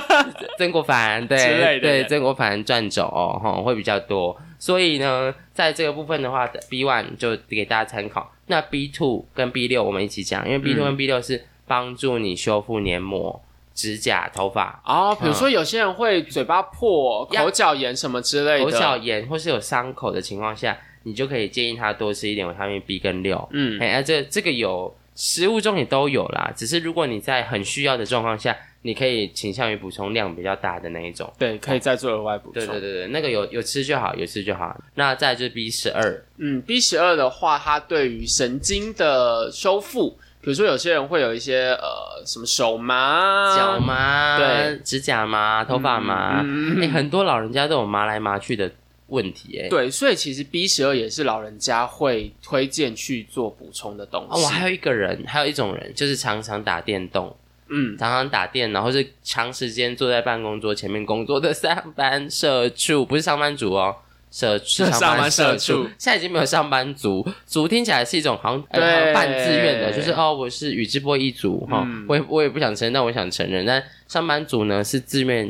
[SPEAKER 2] 曾国藩对
[SPEAKER 1] 之类的
[SPEAKER 2] 对
[SPEAKER 1] 人
[SPEAKER 2] 曾国藩转走哦，吼会比较多。所以呢，在这个部分的话，B one 就给大家参考。那 B two 跟 B 六我们一起讲，因为 B
[SPEAKER 1] 嗯
[SPEAKER 2] two 跟 B 六是帮助你修复黏膜、指甲、头发、
[SPEAKER 1] 哦，比如说有些人会嘴巴破、
[SPEAKER 2] 嗯呀
[SPEAKER 1] 口角炎什么之类的，
[SPEAKER 2] 口角炎或是有伤口的情况下，你就可以建议他多吃一点维他命 B 跟六。
[SPEAKER 1] 嗯
[SPEAKER 2] 哎、啊这这个有食物中也都有啦，只是如果你在很需要的状况下，你可以倾向于补充量比较大的那一种。
[SPEAKER 1] 对，可以再做额外补充。
[SPEAKER 2] 对对对对，那个有有吃就好，有吃就好。那再来就是 B 十二，
[SPEAKER 1] 嗯，B 十二的话，它对于神经的修复，比如说有些人会有一些呃什么手麻啊、
[SPEAKER 2] 脚麻，
[SPEAKER 1] 对，
[SPEAKER 2] 指甲麻，头发麻，
[SPEAKER 1] 嗯嗯
[SPEAKER 2] 哎，很多老人家都有麻来麻去的问题，哎，
[SPEAKER 1] 对，所以其实 B 十二也是老人家会推荐去做补充的东
[SPEAKER 2] 哦，
[SPEAKER 1] 西。
[SPEAKER 2] 我还有一个人，还有一种人，就是常常打电动，
[SPEAKER 1] 嗯，
[SPEAKER 2] 常常打电脑，或是长时间坐在办公桌前面工作的上班社畜，不是上班族哦，社是
[SPEAKER 1] 是
[SPEAKER 2] 上
[SPEAKER 1] 上班社
[SPEAKER 2] 社
[SPEAKER 1] 畜，
[SPEAKER 2] 畜现在已经没有上班族，族听起来是一种好像呃
[SPEAKER 1] 对
[SPEAKER 2] 好像半自愿的，就是哦，我是宇智波一族哈、
[SPEAKER 1] 嗯
[SPEAKER 2] 我也我也不想承认，但我想承认，但上班族呢是自愿，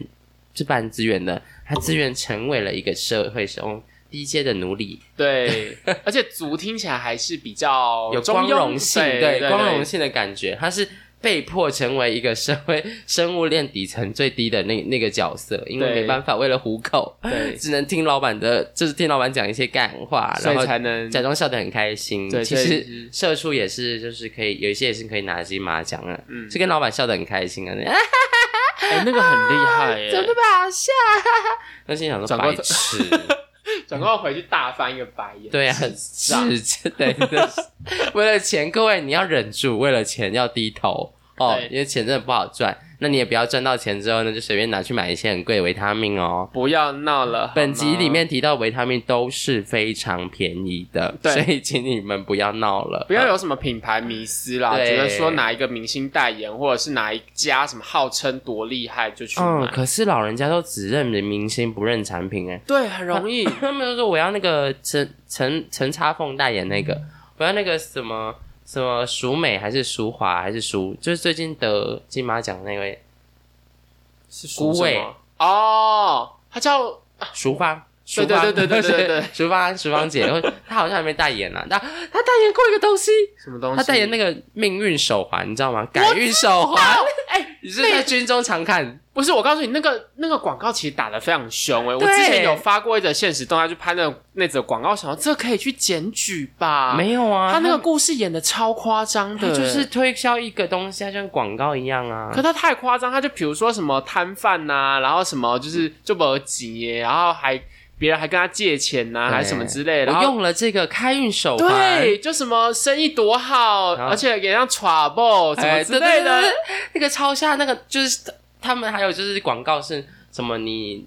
[SPEAKER 2] 是半自愿的，他自愿成为了一个社会中低阶的奴隶。
[SPEAKER 1] 对，而且足听起来还是比较
[SPEAKER 2] 有
[SPEAKER 1] 中
[SPEAKER 2] 光
[SPEAKER 1] 庸
[SPEAKER 2] 荣性，
[SPEAKER 1] 哦对
[SPEAKER 2] 对
[SPEAKER 1] 对
[SPEAKER 2] 光荣性的感觉，他是被迫成为一个社会生物链底层最低的那那个角色，因为
[SPEAKER 1] 对
[SPEAKER 2] 没办法，为了糊口，
[SPEAKER 1] 对，
[SPEAKER 2] 只能听老板的，就是听老板讲一些干话，
[SPEAKER 1] 所
[SPEAKER 2] 啊然后
[SPEAKER 1] 以才能
[SPEAKER 2] 假装笑得很开心。
[SPEAKER 1] 对
[SPEAKER 2] 其
[SPEAKER 1] 所以
[SPEAKER 2] 实社畜也是，就是可以有一些也是可以拿金马奖啊，
[SPEAKER 1] 嗯
[SPEAKER 2] 是跟老板笑得很开心啊，啊
[SPEAKER 1] 哎，那个很厉害 耶！
[SPEAKER 2] 怎么那么好笑？啊 那心想说
[SPEAKER 1] 转过
[SPEAKER 2] 白
[SPEAKER 1] 头
[SPEAKER 2] 痴，
[SPEAKER 1] 转过回去大翻一个白眼。
[SPEAKER 2] 对啊，很
[SPEAKER 1] 智障
[SPEAKER 2] 是真的，真的是为了钱，各位你要忍住，为了钱要低头哦，
[SPEAKER 1] 对
[SPEAKER 2] 因为钱真的不好赚。那你也不要赚到钱之后呢，就随便拿去买一些很贵的维他命哦。
[SPEAKER 1] 不要闹了。好
[SPEAKER 2] 本
[SPEAKER 1] 吗
[SPEAKER 2] 集里面提到维他命都是非常便宜的，
[SPEAKER 1] 对
[SPEAKER 2] 所以请你们不要闹了，哦
[SPEAKER 1] 不要有什么品牌迷思啦，
[SPEAKER 2] 对
[SPEAKER 1] 觉得说哪一个明星代言，或者是哪一家什么号称多厉害就去
[SPEAKER 2] 嗯，
[SPEAKER 1] 买。
[SPEAKER 2] 可是老人家都只认明星不认产品哎、
[SPEAKER 1] 对，很容 易。
[SPEAKER 2] 他们就说我要那个陈陈陈插凤代言那个，
[SPEAKER 1] 嗯
[SPEAKER 2] 我要那个什么什么淑美还是淑华还是淑，就是最近得金马奖的那位
[SPEAKER 1] 是
[SPEAKER 2] 菇味
[SPEAKER 1] 什么哦，他叫
[SPEAKER 2] 淑 芳。
[SPEAKER 1] 对对对对对对对对，
[SPEAKER 2] 淑芳淑芳姐，她好像还没代言呢、但她代言过一个东西，
[SPEAKER 1] 什么东西？
[SPEAKER 2] 她代言那个命运手环，你知道吗？改运手环，
[SPEAKER 1] 哎，
[SPEAKER 2] 你是不是在军中常看？
[SPEAKER 1] 不是，我告诉你，那个那个广告其实打得非常凶哎、我
[SPEAKER 2] 对
[SPEAKER 1] 之前有发过一则现实动态，去拍那种那则广告，想说这可以去检举吧。
[SPEAKER 2] 没有啊，
[SPEAKER 1] 他那个故事演的超夸张
[SPEAKER 2] 她
[SPEAKER 1] 的，
[SPEAKER 2] 就是推销一个东西，它就像广告一样啊。
[SPEAKER 1] 可他太夸张，他就比如说什么摊贩呐，然后什么就是就不急，然后还别人还跟他借钱呐、
[SPEAKER 2] 对
[SPEAKER 1] 还是什么之类的，然
[SPEAKER 2] 我
[SPEAKER 1] 后
[SPEAKER 2] 用了这个开运手环，
[SPEAKER 1] 对，就什么生意多好，
[SPEAKER 2] 然后
[SPEAKER 1] 而且给人家 trouble 什么
[SPEAKER 2] 啊哎，
[SPEAKER 1] 之
[SPEAKER 2] 对
[SPEAKER 1] 类
[SPEAKER 2] 对对，对
[SPEAKER 1] 的，
[SPEAKER 2] 那个超吓，那个就是他他们还有就是广告是什么你，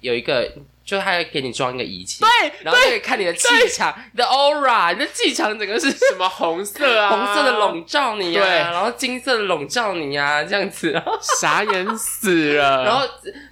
[SPEAKER 2] 有一个，就他给你装一个仪器，
[SPEAKER 1] 哎对
[SPEAKER 2] 然后就可以看你的气场，你的 aura，你的气场 整个是
[SPEAKER 1] 什么红色啊，
[SPEAKER 2] 红色的，笼罩你呀、
[SPEAKER 1] 对
[SPEAKER 2] 然后金色的笼罩你呀、这样 子。然后
[SPEAKER 1] 傻眼死了，
[SPEAKER 2] 然后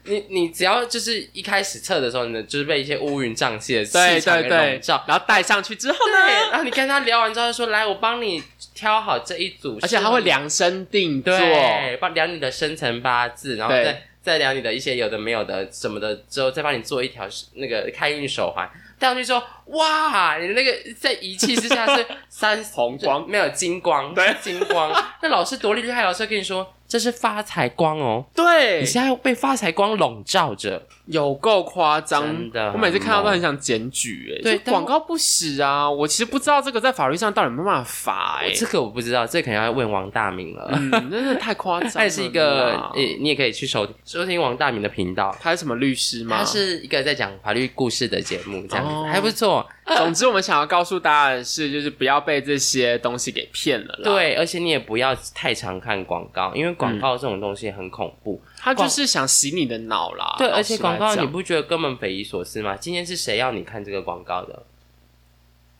[SPEAKER 2] 你你只要就是一开始测的时候，你的就是被一些乌云瘴气的气
[SPEAKER 1] 对
[SPEAKER 2] 场
[SPEAKER 1] 对
[SPEAKER 2] 给笼
[SPEAKER 1] 对，
[SPEAKER 2] 罩。
[SPEAKER 1] 然后戴上去之后
[SPEAKER 2] 对，
[SPEAKER 1] 呢，
[SPEAKER 2] 然后你跟他聊完之后，说来，我帮你挑好这一组，
[SPEAKER 1] 而且他会量身定做，
[SPEAKER 2] 对，帮量你的生辰八字，然后
[SPEAKER 1] 对
[SPEAKER 2] 再再量你的一些有的没有的什么的，之后再帮你做一条那个开运手环。戴上去说，哇，你那个在仪器之下 是三
[SPEAKER 1] 红光
[SPEAKER 2] 没有金光，
[SPEAKER 1] 对
[SPEAKER 2] 是金 光。那老师多厉害，老师跟你说这是发财光哦，
[SPEAKER 1] 对
[SPEAKER 2] 你，现在被发财光笼罩着。
[SPEAKER 1] 有够夸张
[SPEAKER 2] 真的
[SPEAKER 1] 我每次看到
[SPEAKER 2] 很
[SPEAKER 1] 都
[SPEAKER 2] 猛
[SPEAKER 1] 很想检举、
[SPEAKER 2] 对
[SPEAKER 1] 哎，就
[SPEAKER 2] 但
[SPEAKER 1] 广告不实啊！我其实不知道这个在法律上到底有没有办法罚、哎，
[SPEAKER 2] 这个我不知道，这可能要问王大明了。
[SPEAKER 1] 嗯，真的太夸张了啦。
[SPEAKER 2] 他也是一个，呃，你也可以去收收听王大明的频道，
[SPEAKER 1] 他是什么律师吗？
[SPEAKER 2] 他。是一个在讲法律故事的节目，这样子、
[SPEAKER 1] 哦
[SPEAKER 2] 还不错。
[SPEAKER 1] 总之，我们想要告诉大家的是，就是不要被这些东西给骗了啦。，
[SPEAKER 2] 对，而且你也不要太常看广告，因为广告这种东西很恐怖。
[SPEAKER 1] 他就是想洗你的脑啦。
[SPEAKER 2] 对，
[SPEAKER 1] 老
[SPEAKER 2] 而
[SPEAKER 1] 实
[SPEAKER 2] 且广告
[SPEAKER 1] 来讲
[SPEAKER 2] 你不觉得根本匪夷所思吗？今天是谁要你看这个广告的？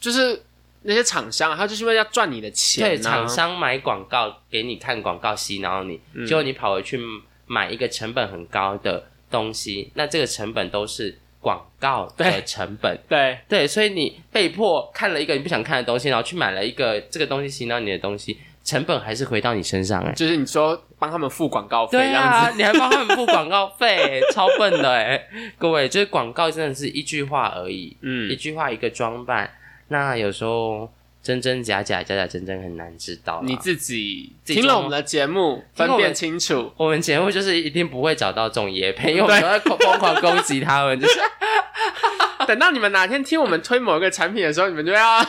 [SPEAKER 1] 就是那些厂商，他就是因为要赚你的钱、啊。
[SPEAKER 2] 对，厂商买广告给你看广告洗脑你，结果你跑回去买一个成本很高的东西，那这个成本都是广告的
[SPEAKER 1] 对
[SPEAKER 2] 成本。
[SPEAKER 1] 对
[SPEAKER 2] 对，所以你被迫看了一个你不想看的东西，然后去买了一个这个东西洗脑你的东西，成本还是回到你身上哎、
[SPEAKER 1] 就是你说帮他们付广告费这
[SPEAKER 2] 对
[SPEAKER 1] 样子。
[SPEAKER 2] 啊，你还帮他们付广告费、超笨的哎、 各位，就是广告真的是一句话而已，一
[SPEAKER 1] 嗯，
[SPEAKER 2] 句话一个装扮。那有时候真真假假，假假真真很难知道啦。
[SPEAKER 1] 你自己
[SPEAKER 2] 自己
[SPEAKER 1] 听了
[SPEAKER 2] 琢磨
[SPEAKER 1] 我们的节目，分
[SPEAKER 2] 听了我们
[SPEAKER 1] 辨清楚。
[SPEAKER 2] 我们节目就是一定不会找到这种野配，因为 我们都在疯疯狂攻击他们，就是
[SPEAKER 1] 等到你们哪天听我们推某一个产品的时候，你们就要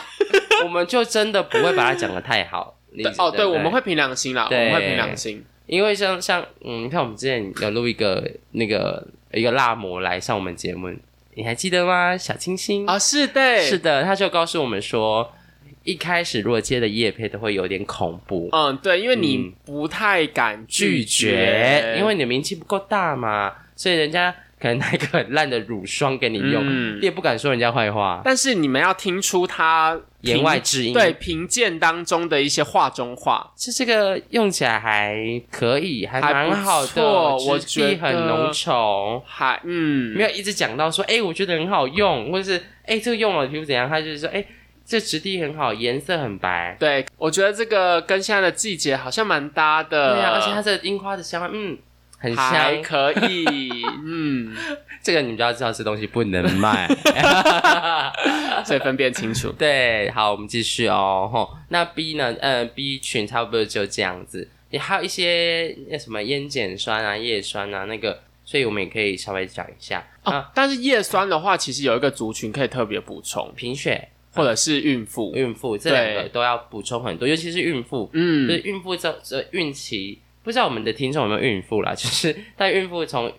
[SPEAKER 2] 我们就真的不会把它讲的太好。例
[SPEAKER 1] 对
[SPEAKER 2] 子
[SPEAKER 1] 哦，
[SPEAKER 2] 对
[SPEAKER 1] 对，
[SPEAKER 2] 不
[SPEAKER 1] 我们会凭良心啦，我
[SPEAKER 2] 对
[SPEAKER 1] 们会凭良心。
[SPEAKER 2] 因为像像嗯，你看我们之前有录一个那个一个辣模来上我们节目，你还记得吗？小清新
[SPEAKER 1] 啊，是的，
[SPEAKER 2] 是的，他就告诉我们说，一开始如果接的叶配都会有点恐怖，
[SPEAKER 1] 嗯，对，因为
[SPEAKER 2] 嗯
[SPEAKER 1] 你不太敢拒
[SPEAKER 2] 拒绝
[SPEAKER 1] 绝，，
[SPEAKER 2] 因为你的名气不够大嘛，所以人家可能拿一个很烂的乳霜给你用，
[SPEAKER 1] 嗯
[SPEAKER 2] 你也不敢说人家坏话，
[SPEAKER 1] 但是你们要听出他
[SPEAKER 2] 言外
[SPEAKER 1] 评
[SPEAKER 2] 之音。
[SPEAKER 1] 对，评鉴当中的一些话中话。
[SPEAKER 2] 就这个用起来还可以，还
[SPEAKER 1] 还
[SPEAKER 2] 蛮
[SPEAKER 1] 不
[SPEAKER 2] 好的，
[SPEAKER 1] 错我
[SPEAKER 2] 质地
[SPEAKER 1] 觉
[SPEAKER 2] 很
[SPEAKER 1] 得
[SPEAKER 2] 浓稠。
[SPEAKER 1] 还嗯，
[SPEAKER 2] 没有一直讲到说，哎、我觉得很好用，或者是哎、这个用了皮肤怎样？他就是说，哎、这质地很好，颜色很白，
[SPEAKER 1] 对，我觉得这个跟现在的季节好像蛮搭的。
[SPEAKER 2] 对啊，而且它这个樱花的香味，嗯，很
[SPEAKER 1] 还
[SPEAKER 2] 香。
[SPEAKER 1] 可以， 嗯，
[SPEAKER 2] 这个你们就要知道，这东西不能 卖。
[SPEAKER 1] 所以分辨清楚。
[SPEAKER 2] 对，好，我们继续哦。吼，那 B 呢？呃，B 群差不多就这样子，也还有一些那什么烟碱酸啊、叶酸啊那个，所以我们也可以稍微讲一下啊。
[SPEAKER 1] 哦，但是叶酸的话，其实有一个族群可以特别补充，
[SPEAKER 2] 贫血、
[SPEAKER 1] 或者是孕妇。
[SPEAKER 2] 孕妇这
[SPEAKER 1] 对
[SPEAKER 2] 两个都要补充很多，尤其是孕妇，就
[SPEAKER 1] 嗯
[SPEAKER 2] 是，孕妇这这呃孕期，不知道我们的听众有没有孕妇啦，就是但孕妇从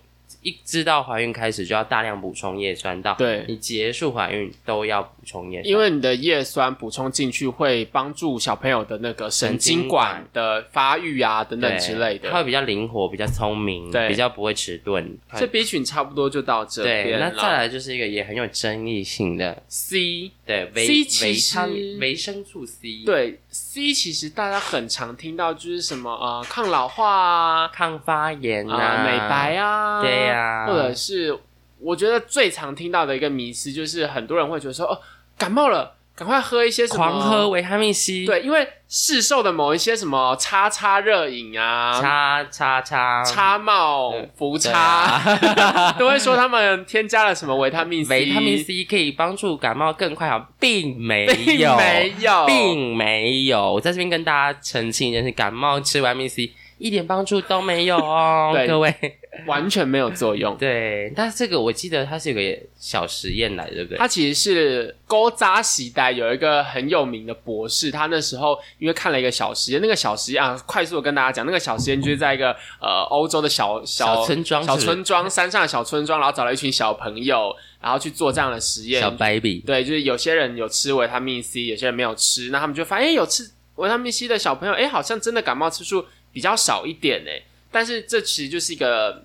[SPEAKER 2] 一知道怀孕开始就要大量补充叶酸，到
[SPEAKER 1] 对
[SPEAKER 2] 你结束怀孕都要补充叶酸，
[SPEAKER 1] 因为你的叶酸补充进去，会帮助小朋友的那个神经管的发育啊等等
[SPEAKER 2] 对
[SPEAKER 1] 之类
[SPEAKER 2] 它会
[SPEAKER 1] 的。
[SPEAKER 2] 比较灵活，比较聪明，
[SPEAKER 1] 对
[SPEAKER 2] 比较不会迟钝。
[SPEAKER 1] 这 B 群差不多就到这
[SPEAKER 2] 对，
[SPEAKER 1] 边
[SPEAKER 2] 那
[SPEAKER 1] 了。
[SPEAKER 2] 再来就是一个也很有争议性的，
[SPEAKER 1] C，
[SPEAKER 2] 对维
[SPEAKER 1] C 其
[SPEAKER 2] 维
[SPEAKER 1] 实
[SPEAKER 2] 他命维生素 C，，
[SPEAKER 1] 对 C，其实大家很常听到就是什么呃抗老化啊、
[SPEAKER 2] 抗发炎
[SPEAKER 1] 啊、
[SPEAKER 2] 啊，
[SPEAKER 1] 美白啊，
[SPEAKER 2] 对呀
[SPEAKER 1] 或者是我觉得最常听到的一个迷思就是很多人会觉得说哦，感冒了，赶快喝一些什么
[SPEAKER 2] 狂喝维他命 C，，
[SPEAKER 1] 对，因为市售的某一些什么叉叉热饮啊、
[SPEAKER 2] 叉叉叉
[SPEAKER 1] 叉帽
[SPEAKER 2] 对、
[SPEAKER 1] 福
[SPEAKER 2] 对
[SPEAKER 1] 叉，
[SPEAKER 2] 啊
[SPEAKER 1] 都会说他们添加了什么维他命 C，
[SPEAKER 2] 维他命 C 可以帮助感冒更快好，并没
[SPEAKER 1] 并
[SPEAKER 2] 有，
[SPEAKER 1] 没有，，
[SPEAKER 2] 并没有。我在这边跟大家澄清一件事：感冒吃维他命 C 一点帮助都没有哦
[SPEAKER 1] 对
[SPEAKER 2] 各位。
[SPEAKER 1] 完全没有作用。
[SPEAKER 2] 对，但是这个我记得它是有个小实验来的，对不对
[SPEAKER 1] 他？其实是勾扎时代有一个很有名的博士，他那时候因为看了一个小实验，那个小实验啊，快速的跟大家讲，那个小实验就是在一个呃欧洲的小
[SPEAKER 2] 小村庄是
[SPEAKER 1] 小
[SPEAKER 2] 不是
[SPEAKER 1] 村庄山上的小村庄，然后找了一群小朋友，然后去做这样的实验。
[SPEAKER 2] 小 baby，
[SPEAKER 1] 对，就是有些人有吃维他命 C，有些人没有吃，那他们就发现，哎、有吃维他命 C 的小朋友，哎、好像真的感冒次数比较少一点哎、但是这其实就是一个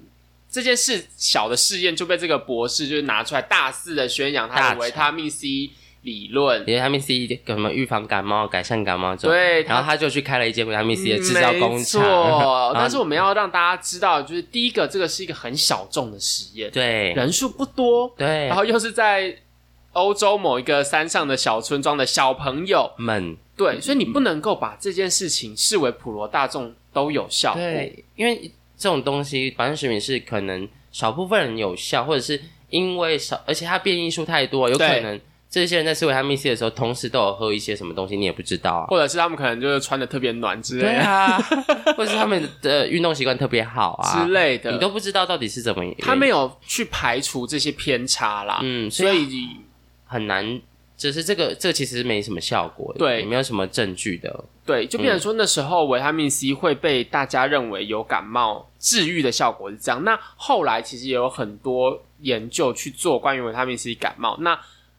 [SPEAKER 1] 这件事小的试验就被这个博士就是拿出来大肆的宣扬他
[SPEAKER 2] 大
[SPEAKER 1] 的维他命 C 理论，
[SPEAKER 2] 维他命 C 什么预防感冒、改善感冒这种。
[SPEAKER 1] 对，嗯
[SPEAKER 2] 然后他就去开了一间维他命 C 的制造工
[SPEAKER 1] 没
[SPEAKER 2] 厂。，
[SPEAKER 1] 错
[SPEAKER 2] 嗯
[SPEAKER 1] 但是我们要让大家知道，就是第一个，这个是一个很小众的实验，
[SPEAKER 2] 对
[SPEAKER 1] 人数不多，
[SPEAKER 2] 对
[SPEAKER 1] 然，后又是在欧洲某一个山上的小村庄的小朋友。
[SPEAKER 2] 们
[SPEAKER 1] 对，所以你不能够把这件事情视为普罗大众都有效。，
[SPEAKER 2] 对，因为这种东西，保健食品是可能少部分人有效，或者是因为少，而且它变异数太多，有可
[SPEAKER 1] 对
[SPEAKER 2] 能这些人在吃维他命 C 的时候，同时都有喝一些什么东西，你也不知道啊。
[SPEAKER 1] 或者是他们可能就是穿的特别暖之类
[SPEAKER 2] 对
[SPEAKER 1] 的、
[SPEAKER 2] 啊，或者是他们的运动习惯特别好啊
[SPEAKER 1] 之，类
[SPEAKER 2] 你
[SPEAKER 1] 的，
[SPEAKER 2] 都不知道到底是怎么。
[SPEAKER 1] 他没，有啊去排除这些偏差啦。
[SPEAKER 2] 嗯，所
[SPEAKER 1] 所
[SPEAKER 2] 以
[SPEAKER 1] 以
[SPEAKER 2] 很难。就是这个，这个其实没什么效果，
[SPEAKER 1] 对
[SPEAKER 2] 也没有什么证据的。
[SPEAKER 1] 对，就变成说那时候维他命 C 会被大家认为有感冒治愈的效果是这样。那后来其实也有很多研究去做关于维他命 C 感冒。那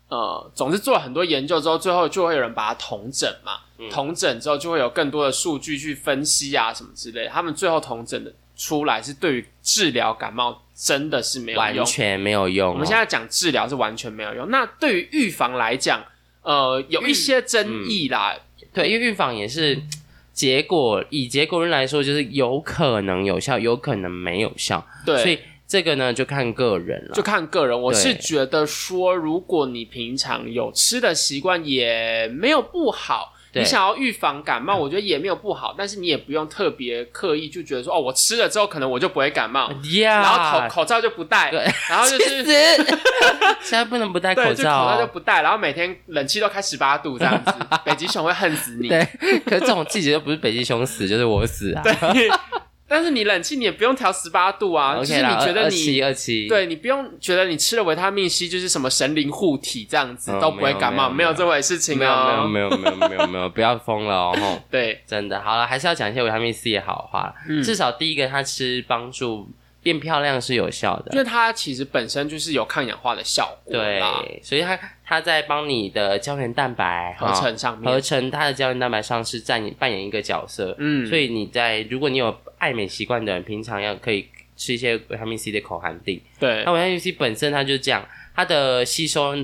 [SPEAKER 1] 呃，总之做了很多研究之后，最后就会有人把它统整嘛，统整之后就会有更多的数据去分析啊什么之类的。他们最后统整的出来是对于治疗感冒真的是没有
[SPEAKER 2] 完
[SPEAKER 1] 用，
[SPEAKER 2] 全没有用、哦。
[SPEAKER 1] 我们现在讲治疗是完全没有用。那对于预防来讲，呃，有一些争议啦，
[SPEAKER 2] 对，因为预防也是结果，以结果论来说，就是有可能有效，有可能没有效。
[SPEAKER 1] 对，
[SPEAKER 2] 所以这个呢，就看个人了
[SPEAKER 1] 就。看个人，我
[SPEAKER 2] 对
[SPEAKER 1] 是觉得说，如果你平常有吃的习惯，也没有不好。
[SPEAKER 2] 对
[SPEAKER 1] 你想要预防感冒，我觉得也没有不好，但是你也不用特别刻意就觉得说，哦，我吃了之后可能我就不会感冒，
[SPEAKER 2] 呀，
[SPEAKER 1] 然后口口罩就不戴
[SPEAKER 2] 嗯啊对，
[SPEAKER 1] 然后就
[SPEAKER 2] 其
[SPEAKER 1] 是
[SPEAKER 2] 实 现在不能不戴
[SPEAKER 1] 对，
[SPEAKER 2] 口
[SPEAKER 1] 就口
[SPEAKER 2] 罩
[SPEAKER 1] 罩就
[SPEAKER 2] 哦。
[SPEAKER 1] 不戴，然后每天冷气都开十八度这样子， 北极熊会恨死你。
[SPEAKER 2] 对，可是这种季节又不是北极熊死，就是我死啊。
[SPEAKER 1] 对 但是你冷气你也不用调十八度啊就
[SPEAKER 2] OK
[SPEAKER 1] 是
[SPEAKER 2] 啦，呃
[SPEAKER 1] 你觉得
[SPEAKER 2] 二
[SPEAKER 1] 你
[SPEAKER 2] 七二七，
[SPEAKER 1] 对你不用觉得你吃了维他命 C 就是什么神灵护体这样子、
[SPEAKER 2] 嗯
[SPEAKER 1] 都不会感冒，
[SPEAKER 2] 没
[SPEAKER 1] 没
[SPEAKER 2] 有
[SPEAKER 1] 有这回事情
[SPEAKER 2] 没有
[SPEAKER 1] 哦。
[SPEAKER 2] 没有没有没有没有没有，不要疯了哦，吼
[SPEAKER 1] 对，
[SPEAKER 2] 真的好了，还是要讲一些维他命 C 的好话啦。
[SPEAKER 1] 嗯
[SPEAKER 2] 至少第一个，它吃帮助变漂亮是有效
[SPEAKER 1] 因为
[SPEAKER 2] 的，
[SPEAKER 1] 它其实本身就是有抗氧化的效果
[SPEAKER 2] 对
[SPEAKER 1] 啦，，
[SPEAKER 2] 所以它它在帮你的胶原蛋白
[SPEAKER 1] 合。
[SPEAKER 2] 哈
[SPEAKER 1] 成上面，
[SPEAKER 2] 合成它的胶原蛋白上是占扮演一个角色，
[SPEAKER 1] 嗯，
[SPEAKER 2] 所
[SPEAKER 1] 以
[SPEAKER 2] 以你在如果你有爱美习惯的人，平常要可以吃一些维他命 C 的口含定。
[SPEAKER 1] 对
[SPEAKER 2] 那，维他命 C 本身它就这样，它的吸收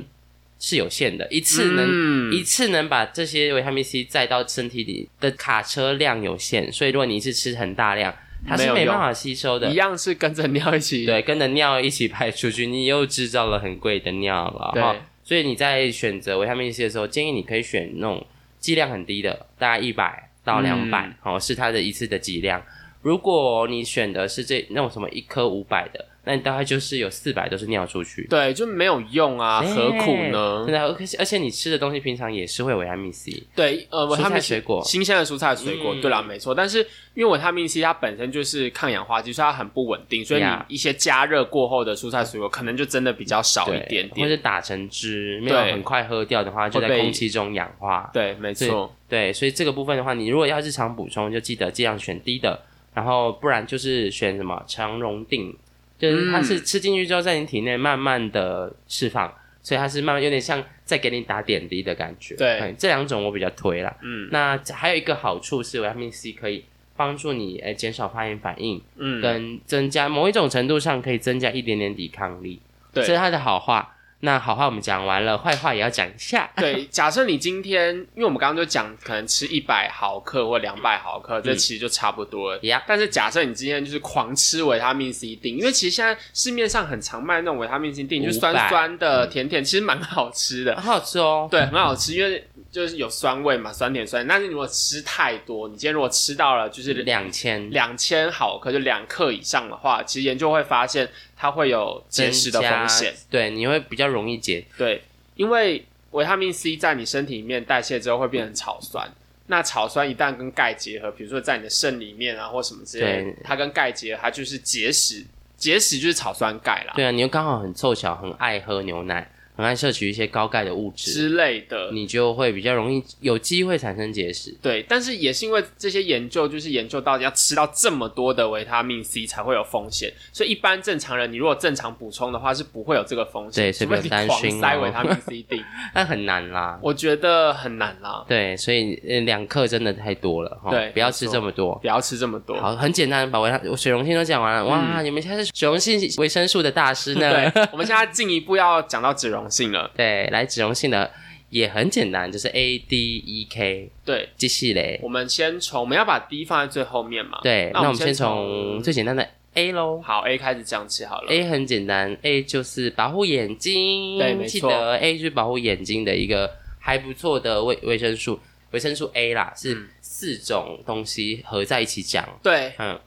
[SPEAKER 2] 是有限的，一次能、
[SPEAKER 1] 嗯
[SPEAKER 2] 一次能把这些维他命 C 载到身体里的卡车量有限，所以如果你是吃很大量，它
[SPEAKER 1] 没
[SPEAKER 2] 是
[SPEAKER 1] 有
[SPEAKER 2] 没
[SPEAKER 1] 用
[SPEAKER 2] 办法吸收的
[SPEAKER 1] 一。样是跟着尿一起，
[SPEAKER 2] 对，跟着尿一起排出去，你又制造了很贵的尿了
[SPEAKER 1] 对
[SPEAKER 2] 哈。所以你在选择维他命 C 的时候，建议你可以选那种剂量很低的，大概一百到两百、
[SPEAKER 1] 嗯
[SPEAKER 2] 哦，是它的一次的剂量。如果你选的是这那种什么一颗五百的，那你大概就是有四百都是尿出去，
[SPEAKER 1] 对，就没有用啊，
[SPEAKER 2] 哎
[SPEAKER 1] 何苦呢
[SPEAKER 2] 真？的，啊而且而且你吃的东西平常也是会有维他命 C，
[SPEAKER 1] 对，呃，维
[SPEAKER 2] 蔬
[SPEAKER 1] 他
[SPEAKER 2] 菜
[SPEAKER 1] 命 C
[SPEAKER 2] 水果
[SPEAKER 1] 新鲜的蔬菜水果，
[SPEAKER 2] 嗯
[SPEAKER 1] 对啦，没错。但是因为维他命 C 它本身就是抗氧化剂，所以它很不稳定，所以你
[SPEAKER 2] Yeah
[SPEAKER 1] 一些加热过后的蔬菜水果可能就真的比较少一
[SPEAKER 2] 对，
[SPEAKER 1] 点
[SPEAKER 2] 或
[SPEAKER 1] 点。
[SPEAKER 2] 者打成汁，没有
[SPEAKER 1] 对
[SPEAKER 2] 很快喝掉的话，就在
[SPEAKER 1] 会被
[SPEAKER 2] 空气中氧化。
[SPEAKER 1] 对，没错。
[SPEAKER 2] 对，所以这个部分的话，你如果要日常补充，就记得尽量选低的，然后不然就是选什么肠溶定，就是它是吃进去之后在你体内慢慢的释放，所以它是慢慢有点像在给你打点滴的感觉。
[SPEAKER 1] 对
[SPEAKER 2] 嗯这两种我比较推啦。
[SPEAKER 1] 嗯
[SPEAKER 2] 那还有一个好处是维他命 C 可以帮助你诶减少发炎反应，
[SPEAKER 1] 嗯，
[SPEAKER 2] 跟增加某一种程度上可以增加一点点抵抗力。
[SPEAKER 1] 对
[SPEAKER 2] 这是它的好话。那好话我们讲完了，坏话也要讲一下。
[SPEAKER 1] 对。假设你今天，因为我们刚刚就讲，可能吃一百毫克或两百毫克，这
[SPEAKER 2] 嗯
[SPEAKER 1] 其实就差不多了。
[SPEAKER 2] 呀，
[SPEAKER 1] 但是假设你今天就是狂吃维他命 C 锭，因为其实现在市面上很常卖那种维他命 C 锭，就是酸
[SPEAKER 2] 500
[SPEAKER 1] 酸的、甜甜，其实蛮好吃 的。
[SPEAKER 2] 很好吃哦。
[SPEAKER 1] 对，很好吃，因为就是有酸味嘛，酸甜酸。但是你如果吃太多，你今天如果吃到了就是
[SPEAKER 2] 两千
[SPEAKER 1] 两千毫克，就两克以上的话，其实研究会发现它会有结石的风险。，
[SPEAKER 2] 对，你会比较容易结。
[SPEAKER 1] 对，因为维他命 C 在你身体里面代谢之后会变成草酸。那草酸一旦跟钙结合，比如说在你的肾里面啊，或什么之类
[SPEAKER 2] 对
[SPEAKER 1] 的，它跟钙结合，它就是结石。结石就是草酸钙啦
[SPEAKER 2] 对啊，你又刚好很凑巧，很爱喝牛奶，很爱摄取一些高钙的物质，
[SPEAKER 1] 之类的。
[SPEAKER 2] 你就会比较容易有机会产生结石。
[SPEAKER 1] 对，但是也是因为这些研究，就是研究到要吃到这么多的维他命 C 才会有风险，所以一般正常人，你如果正常补充的话，是不会有这个风险，
[SPEAKER 2] 对所
[SPEAKER 1] 除
[SPEAKER 2] 以不
[SPEAKER 1] 非
[SPEAKER 2] 用
[SPEAKER 1] 你
[SPEAKER 2] 担
[SPEAKER 1] 狂
[SPEAKER 2] 心哦
[SPEAKER 1] 塞维他命 C 锭，
[SPEAKER 2] 那很难啦。
[SPEAKER 1] 我觉得很难啦，
[SPEAKER 2] 对，所以呃两克真的太多了哈，
[SPEAKER 1] 对
[SPEAKER 2] 不要吃这么多。
[SPEAKER 1] 不要吃这么多。
[SPEAKER 2] 好，很简单，把维他水溶性都讲完了。哇，你们现在是水溶性维生素的大师呢。
[SPEAKER 1] 嗯 对，我们现在进一步要讲到脂溶性了，
[SPEAKER 2] 对，来脂溶性的也很简单，就是 A D E K，
[SPEAKER 1] 对，
[SPEAKER 2] 继续嘞。
[SPEAKER 1] 我们先从我们要把 D 放在最后面嘛，
[SPEAKER 2] 对，
[SPEAKER 1] 那
[SPEAKER 2] 那我
[SPEAKER 1] 我
[SPEAKER 2] 们
[SPEAKER 1] 们
[SPEAKER 2] 先
[SPEAKER 1] 先
[SPEAKER 2] 从
[SPEAKER 1] 从
[SPEAKER 2] 最简单的 A 喽。
[SPEAKER 1] 好 A 开始讲起好了，
[SPEAKER 2] A 很简单，A 就是保护眼睛，
[SPEAKER 1] 对没错
[SPEAKER 2] 记得 A 就是保护眼睛的一个还不错的维维生素，维生素 A 啦，是
[SPEAKER 1] 嗯
[SPEAKER 2] 四种东西合在一起讲，
[SPEAKER 1] 对，
[SPEAKER 2] 嗯，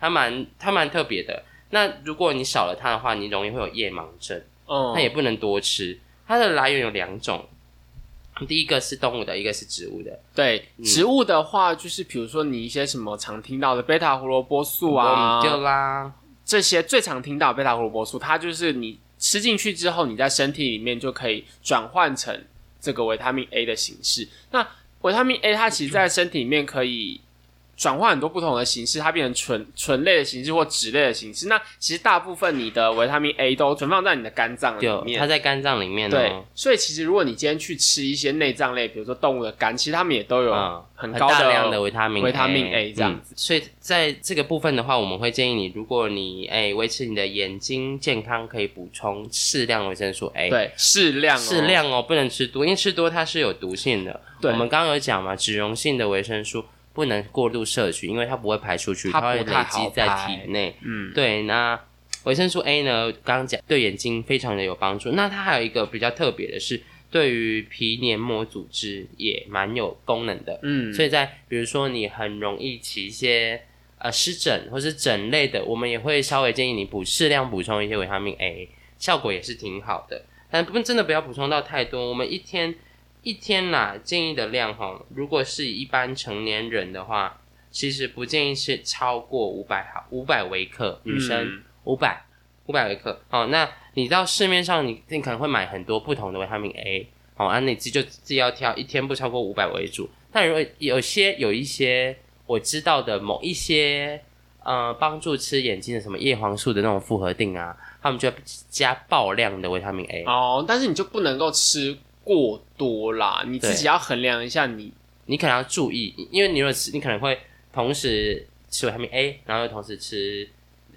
[SPEAKER 2] 它蛮它蛮特别的。那如果你少了它的话，你容易会有夜盲症，
[SPEAKER 1] 嗯
[SPEAKER 2] 那，也不能多吃。它的来源有两种，第一个是动物的，一个是植物的。
[SPEAKER 1] 对，
[SPEAKER 2] 嗯
[SPEAKER 1] 植物的话就是比如说你一些什么常听到的贝塔胡萝卜素啊，
[SPEAKER 2] 我们就啦，
[SPEAKER 1] 这些最常听到的贝塔胡萝卜素，它就是你吃进去之后，你在身体里面就可以转换成这个维他命 A 的形式。那维他命 A 它其实在身体里面可以转换很多不同的形式，它变成醇醇类的形式或酯类的形式。那其实大部分你的维他命 A 都存放在你的肝脏里
[SPEAKER 2] 就它
[SPEAKER 1] 面。
[SPEAKER 2] 在肝脏里面
[SPEAKER 1] 对
[SPEAKER 2] 哦，，
[SPEAKER 1] 所以其实如果你今天去吃一些内脏类，比如说动物的肝，其实它们也都有
[SPEAKER 2] 嗯
[SPEAKER 1] 很
[SPEAKER 2] 很
[SPEAKER 1] 高
[SPEAKER 2] 大
[SPEAKER 1] 的
[SPEAKER 2] 量的维他命
[SPEAKER 1] 维他命 A 这样
[SPEAKER 2] 子、所以在这个部分的话，我们会建议你，如果你哎维持你的眼睛健康，可以补充适量维生素 A，，
[SPEAKER 1] 对适量哦
[SPEAKER 2] 适量哦，不能吃多，因为吃多它是有毒性的。
[SPEAKER 1] 对
[SPEAKER 2] 我们刚刚有讲嘛，脂溶性的维生素不能过度摄取，因为它不会排出去，
[SPEAKER 1] 它
[SPEAKER 2] 它
[SPEAKER 1] 不
[SPEAKER 2] 会累
[SPEAKER 1] 太
[SPEAKER 2] 积
[SPEAKER 1] 好
[SPEAKER 2] 在
[SPEAKER 1] 排
[SPEAKER 2] 体内。
[SPEAKER 1] 嗯
[SPEAKER 2] 对，那维生素 A 呢，刚刚讲对眼睛非常的有帮助。那它还有一个比较特别的是，对于皮黏膜组织也蛮有功能的。
[SPEAKER 1] 嗯，
[SPEAKER 2] 所以在比如说你很容易起一些呃湿疹或是疹类的，我们也会稍微建议你补适量补充一些维他命 A，效果也是挺好的。但不真的不要补充到太多，我们一天一天啦建议的量哈，如果是一般成年人的话，其实不建议是超过五百毫五百微克，女生
[SPEAKER 1] 嗯
[SPEAKER 2] 五百五百微克。好，那你到市面上你你可能会买很多不同的维他命 A，好，啊，你自己就自己要挑，一天不超过五百为主。但如果有些有一些我知道的某一些呃帮助吃眼睛的什么叶黄素的那种复合定啊，他们就会加爆量的维他命 A。
[SPEAKER 1] 哦，但是你就不能够吃过多啦，你自己
[SPEAKER 2] 对
[SPEAKER 1] 要衡量一下你。
[SPEAKER 2] 你可能要注意，因为你如果吃，你可能会同时吃维他命 A，然后又同时吃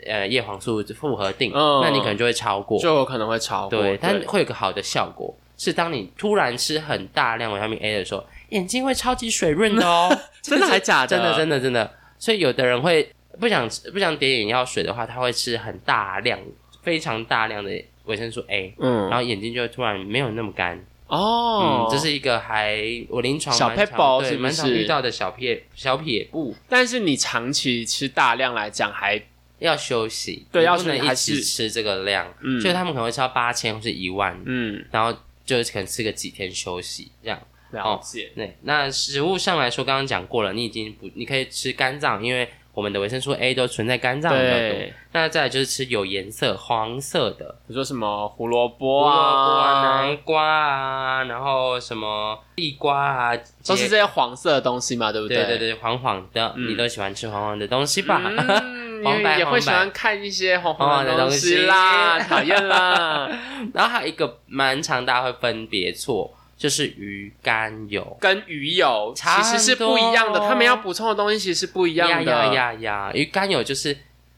[SPEAKER 2] 呃叶黄素复合定，
[SPEAKER 1] 嗯
[SPEAKER 2] 那你可能就会超过。
[SPEAKER 1] 就有可能会超过，
[SPEAKER 2] 对，但会有个好的效果，是当你突然吃很大量维他命 A 的时候，眼睛会超级水润的 哦。
[SPEAKER 1] 真的还假的？
[SPEAKER 2] 真的真
[SPEAKER 1] 的，
[SPEAKER 2] 的真的。所以有的人会不想吃不想点眼药水的话，他会吃很大量、非常大量的维生素 A，然
[SPEAKER 1] 嗯，
[SPEAKER 2] 后眼睛就会突然没有那么干。
[SPEAKER 1] 哦
[SPEAKER 2] 嗯，，这是一个还我临床
[SPEAKER 1] 小
[SPEAKER 2] 蛮常
[SPEAKER 1] pebble
[SPEAKER 2] 对
[SPEAKER 1] 是不
[SPEAKER 2] 蛮常
[SPEAKER 1] 是
[SPEAKER 2] 遇到的小撇小撇步，
[SPEAKER 1] 哦但是你长期吃大量来讲，还
[SPEAKER 2] 要休息，
[SPEAKER 1] 对
[SPEAKER 2] 你
[SPEAKER 1] 要
[SPEAKER 2] 不
[SPEAKER 1] 休息
[SPEAKER 2] 能一
[SPEAKER 1] 还
[SPEAKER 2] 直
[SPEAKER 1] 是
[SPEAKER 2] 吃这个量，
[SPEAKER 1] 嗯
[SPEAKER 2] 所以他们可能会吃到八千或是一万，
[SPEAKER 1] 嗯
[SPEAKER 2] 然后就是可能吃个几天休息这样。
[SPEAKER 1] 了解，
[SPEAKER 2] 对，那食物上来说，刚刚讲过了，你已经不，你可以吃肝脏，因为我们的维生素 A 都存在肝脏比较多
[SPEAKER 1] 对。，
[SPEAKER 2] 那再来就是吃有颜色黄色的，
[SPEAKER 1] 你说什么胡萝卜
[SPEAKER 2] 胡萝卜啊、
[SPEAKER 1] 啊，
[SPEAKER 2] 南瓜啊，然后什么地瓜啊，
[SPEAKER 1] 都是
[SPEAKER 2] 节
[SPEAKER 1] 这些黄色的东西嘛，对不
[SPEAKER 2] 对对
[SPEAKER 1] 对对，
[SPEAKER 2] 对，黄黄的，
[SPEAKER 1] 嗯
[SPEAKER 2] 你都喜欢吃黄黄的东西吧？
[SPEAKER 1] 嗯，
[SPEAKER 2] 黄白
[SPEAKER 1] 也也
[SPEAKER 2] 黄白
[SPEAKER 1] 会喜欢看一些红
[SPEAKER 2] 黄黄
[SPEAKER 1] 红
[SPEAKER 2] 的
[SPEAKER 1] 的
[SPEAKER 2] 东
[SPEAKER 1] 东
[SPEAKER 2] 西
[SPEAKER 1] 西啦，讨厌 啦，
[SPEAKER 2] 然后还有一个蛮常大家会分别错，就是鱼肝油。
[SPEAKER 1] 跟鱼友
[SPEAKER 2] 差
[SPEAKER 1] 其
[SPEAKER 2] 很多
[SPEAKER 1] 实是不一样的，他们要补充的东西其实是不一
[SPEAKER 2] 呀
[SPEAKER 1] 样
[SPEAKER 2] 呀
[SPEAKER 1] 的。
[SPEAKER 2] 呀呀！鱼肝油就是，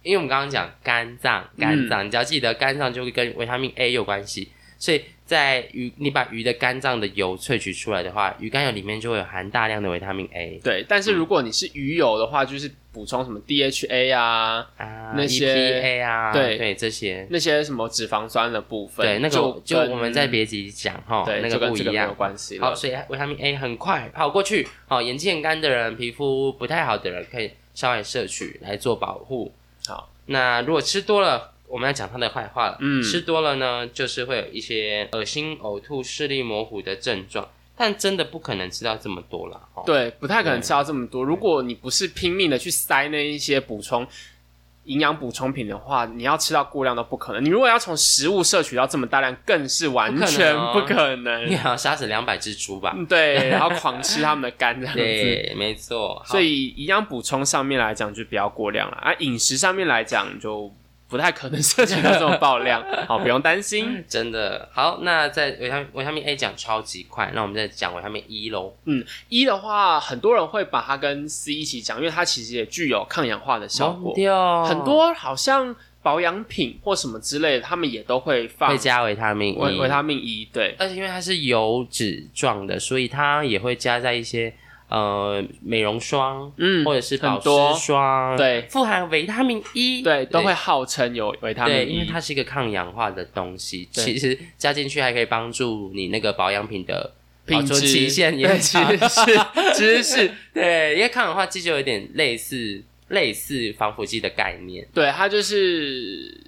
[SPEAKER 2] 因为我们刚刚讲肝脏，
[SPEAKER 1] 嗯
[SPEAKER 2] 肝脏、你只要记得肝脏就会跟维他命 A 有关系，所以在鱼你把鱼的肝脏的油萃取出来的话，鱼肝油里面就会有含大量的维他命 A
[SPEAKER 1] 对，但是如
[SPEAKER 2] 嗯
[SPEAKER 1] 果你是鱼友的话，就是补充什么 DHA 啊，
[SPEAKER 2] 啊，
[SPEAKER 1] 那些
[SPEAKER 2] EPA 啊，
[SPEAKER 1] 对
[SPEAKER 2] 对这些，
[SPEAKER 1] 那些什么脂肪酸的部分，
[SPEAKER 2] 对那个
[SPEAKER 1] 就
[SPEAKER 2] 就
[SPEAKER 1] 跟
[SPEAKER 2] 我们在别集讲哈，
[SPEAKER 1] 对
[SPEAKER 2] 那
[SPEAKER 1] 就
[SPEAKER 2] 个
[SPEAKER 1] 跟
[SPEAKER 2] 不
[SPEAKER 1] 这
[SPEAKER 2] 一
[SPEAKER 1] 个没
[SPEAKER 2] 样
[SPEAKER 1] 有。关系
[SPEAKER 2] 好，
[SPEAKER 1] 了。
[SPEAKER 2] 所以维他命 A 很快跑过去。好，眼睛很干的人，皮肤不太好的人，可以稍微摄取来做保护。
[SPEAKER 1] 好，
[SPEAKER 2] 那如果吃多了，我们要讲它的坏话了。
[SPEAKER 1] 嗯
[SPEAKER 2] 吃多了呢，就是会有一些恶心、呕吐、视力模糊的症状，但真的不可能吃到这么多了。哦，
[SPEAKER 1] 对，不太可能吃到这么多。如果你不是拼命的去塞那一些补充营养补充品的话，你要吃到过量都不可能。你如果要从食物摄取到这么大量，更是完
[SPEAKER 2] 不可能
[SPEAKER 1] 全
[SPEAKER 2] 哦
[SPEAKER 1] 不可能。
[SPEAKER 2] 你好像杀死两百只猪吧？
[SPEAKER 1] 嗯对，然后狂吃他们的肝这样子。
[SPEAKER 2] 对，没错。好
[SPEAKER 1] 所以营养补充上面来讲就不要过量了啊，饮食上面来讲就不太可能摄取到这种爆 量，好不用担心。
[SPEAKER 2] 真的好，那在维他维他命 A 讲超级快，那我们再讲维他命 E 喽。
[SPEAKER 1] 一的话，很多人会把它跟 C 一起讲，因为它其实也具有抗氧化的效果
[SPEAKER 2] 忘，掉
[SPEAKER 1] 很多好像保养品或什么之类的，他们也都会放
[SPEAKER 2] 会加维他命 E，
[SPEAKER 1] 维维他命 E，对，
[SPEAKER 2] 而且因为它是油脂状的，所以它也会加在一些呃美容霜、
[SPEAKER 1] 嗯，
[SPEAKER 2] 或者是保
[SPEAKER 1] 很多
[SPEAKER 2] 湿霜，，
[SPEAKER 1] 对
[SPEAKER 2] 富含维他命 E，
[SPEAKER 1] 对，都会号称有维他
[SPEAKER 2] 对，
[SPEAKER 1] 命
[SPEAKER 2] 因为
[SPEAKER 1] E，
[SPEAKER 2] 它是一个抗氧化的东西，
[SPEAKER 1] 对
[SPEAKER 2] 其实加进去还可以帮助你那个保养 品的保
[SPEAKER 1] 品
[SPEAKER 2] 存
[SPEAKER 1] 质
[SPEAKER 2] 期限
[SPEAKER 1] 对，
[SPEAKER 2] 延
[SPEAKER 1] 其
[SPEAKER 2] 长。
[SPEAKER 1] 实是其实是
[SPEAKER 2] 对，因为抗氧化剂就有点类似类似防腐剂的概念。
[SPEAKER 1] 对他就是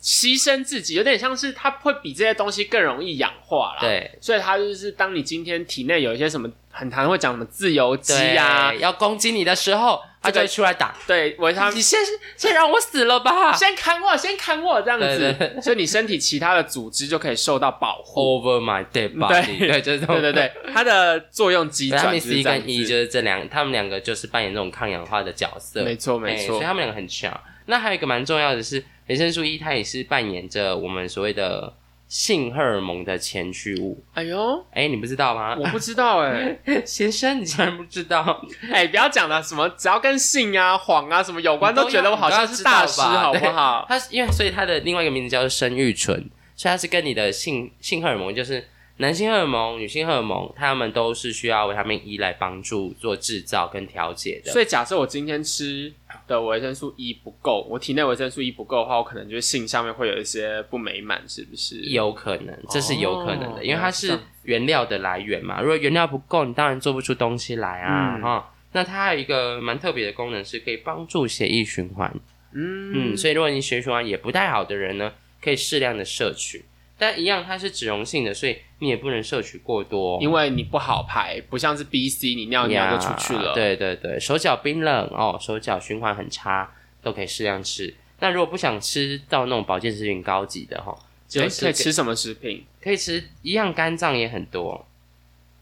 [SPEAKER 1] 牺牲自己，有点像是他会比这些东西更容易氧化啦。，
[SPEAKER 2] 对，
[SPEAKER 1] 所以他就是当你今天体内有一些什么，很常会讲什么自由基
[SPEAKER 2] 对
[SPEAKER 1] 呀、
[SPEAKER 2] 要攻击你的时候，它
[SPEAKER 1] 这个
[SPEAKER 2] 就会出来打。
[SPEAKER 1] 对维他
[SPEAKER 2] 你
[SPEAKER 1] 命。
[SPEAKER 2] 先先让我死了吧！
[SPEAKER 1] 先砍我，先砍我，这样子，
[SPEAKER 2] 对对哦
[SPEAKER 1] 所以你身体其他的组织就可以受到保护。
[SPEAKER 2] Over my dead body，
[SPEAKER 1] 对
[SPEAKER 2] 对，就是这种
[SPEAKER 1] 对对对，它的作用机
[SPEAKER 2] 他
[SPEAKER 1] 转
[SPEAKER 2] 们
[SPEAKER 1] 就是
[SPEAKER 2] C
[SPEAKER 1] 这样
[SPEAKER 2] 跟 E 就
[SPEAKER 1] 子。
[SPEAKER 2] 是这两，他们两个就是扮演这种抗氧化的角色，
[SPEAKER 1] 没错
[SPEAKER 2] 哎
[SPEAKER 1] 没
[SPEAKER 2] 所
[SPEAKER 1] 错
[SPEAKER 2] 以，他们两个很强。那还有一个蛮重要的是，维生素 E 它也是扮演着我们所谓的性荷尔蒙的前驱物。
[SPEAKER 1] 哎呦，
[SPEAKER 2] 哎、你不知道吗
[SPEAKER 1] 我？不知道哎、
[SPEAKER 2] 先生，你竟然不知道？
[SPEAKER 1] 哎、不要讲了，什么只要跟性啊、谎啊什么有关，
[SPEAKER 2] 你都
[SPEAKER 1] 都觉得我好像是大师，
[SPEAKER 2] 要你都要
[SPEAKER 1] 好
[SPEAKER 2] 知道吧
[SPEAKER 1] 不好？
[SPEAKER 2] 它是因为所以它的另外一个名字叫做生育醇，所以它是跟你的性性荷尔蒙，就是男性荷尔蒙、女性荷尔蒙，它们都是需要维他命 E 来帮助做制造跟调节的。
[SPEAKER 1] 所以假设我今天吃的维生素 E 不够，我体内维生素 E 不够的话，我可能就是性上面会有一些不美满，是不是？，
[SPEAKER 2] 有可能，这是有可能的，
[SPEAKER 1] 哦
[SPEAKER 2] 因为
[SPEAKER 1] 原
[SPEAKER 2] 它
[SPEAKER 1] 来是这
[SPEAKER 2] 是
[SPEAKER 1] 样子
[SPEAKER 2] 原料的来源嘛。如果原料不够，你当然做不出东西来啊，
[SPEAKER 1] 嗯
[SPEAKER 2] 哈、那它还有一个蛮特别的功能，是可以帮助血液循环。
[SPEAKER 1] 嗯
[SPEAKER 2] 嗯，所以如果你血液循环也不太好的人呢，可以适量的摄取。但一样它是脂溶性的，所以你也不能摄取过多。
[SPEAKER 1] 因为你不好排，不像是 B、C，你尿一尿就出去了。
[SPEAKER 2] 呀对对对，手脚冰冷哦，手脚循环很差，都可以适量吃。那如果不想吃到那种保健食品高级的哈，只有
[SPEAKER 1] 诶可以
[SPEAKER 2] 吃
[SPEAKER 1] 吃什么食品？
[SPEAKER 2] 可以吃一样肝脏也很多，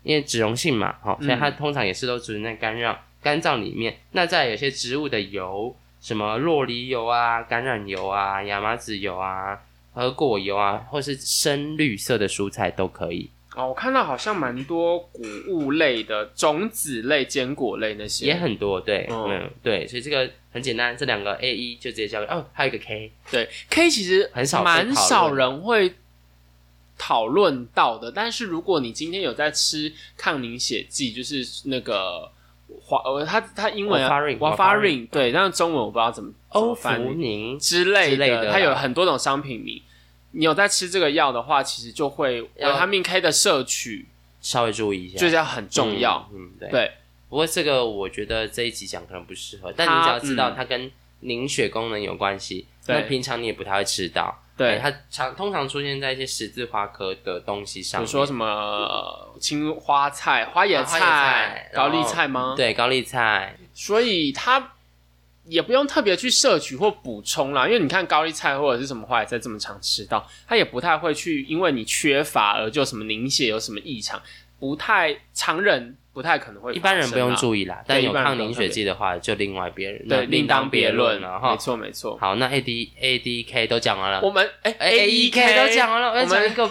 [SPEAKER 2] 因为脂溶性嘛，哈、所以它
[SPEAKER 1] 嗯
[SPEAKER 2] 通常也是都只在肝脏肝脏里面。那再来有些植物的油，什么洛梨油啊、橄榄油啊、亚麻籽油啊、核果油啊，或是深绿色的蔬菜都可以，
[SPEAKER 1] 哦，我看到好像蛮多谷物类的、种子类、坚果类那些，
[SPEAKER 2] 也很多。对，
[SPEAKER 1] 哦
[SPEAKER 2] 嗯，对，所以这个很简单，这两个 A 一就直接交给哦，还有一个 K，
[SPEAKER 1] 对。K 其实
[SPEAKER 2] 很少被讨论
[SPEAKER 1] 蛮少人会讨论到的，但是如果你今天有在吃抗凝血剂，就是那个华呃，它它英文
[SPEAKER 2] Warfarin，
[SPEAKER 1] 瓦发瑞，对，但是中文我不知道怎么怎
[SPEAKER 2] 嗯欧
[SPEAKER 1] 么
[SPEAKER 2] 福
[SPEAKER 1] 翻译
[SPEAKER 2] 宁
[SPEAKER 1] 之类
[SPEAKER 2] 之类的
[SPEAKER 1] 的，
[SPEAKER 2] 啦
[SPEAKER 1] 它有很多种商品名。你有在吃这个药的话，其实就会维
[SPEAKER 2] 要
[SPEAKER 1] 他命 K 的摄取
[SPEAKER 2] 稍微注意一下，
[SPEAKER 1] 就是要很重要。
[SPEAKER 2] 嗯，嗯，对。
[SPEAKER 1] 对，
[SPEAKER 2] 不过这个我觉得这一集讲可能不适合，但
[SPEAKER 1] 它
[SPEAKER 2] 你只要知道
[SPEAKER 1] 嗯
[SPEAKER 2] 它跟凝血功能有关系，
[SPEAKER 1] 对
[SPEAKER 2] 那平常你也不太会吃到。
[SPEAKER 1] 对
[SPEAKER 2] 哎它常通常出现在一些十字花科的东西
[SPEAKER 1] 比
[SPEAKER 2] 上
[SPEAKER 1] 如
[SPEAKER 2] 面，
[SPEAKER 1] 说什么呃青花菜、花野
[SPEAKER 2] 啊花椰菜
[SPEAKER 1] 高
[SPEAKER 2] 然
[SPEAKER 1] 丽
[SPEAKER 2] 后
[SPEAKER 1] 菜吗？，
[SPEAKER 2] 对高丽菜，
[SPEAKER 1] 所以它也不用特别去摄取或补充啦，因为你看高丽菜或者是什么花野菜这么常吃到，它也不太会去因为你缺乏而就什么凝血有什么异常，不太常人不太可能会发生啦，啊
[SPEAKER 2] 一般人不用注意啦，但有
[SPEAKER 1] 一般人
[SPEAKER 2] 抗
[SPEAKER 1] 不用
[SPEAKER 2] 凝血剂的话就另外别人
[SPEAKER 1] 对，
[SPEAKER 2] 那另当
[SPEAKER 1] 别
[SPEAKER 2] 论了
[SPEAKER 1] 了
[SPEAKER 2] 哈
[SPEAKER 1] 没。错没错，
[SPEAKER 2] 好，那 A D A D K 都讲完了
[SPEAKER 1] 我们哎
[SPEAKER 2] A E K 都讲完了，
[SPEAKER 1] 我
[SPEAKER 2] 我讲一
[SPEAKER 1] 们
[SPEAKER 2] 个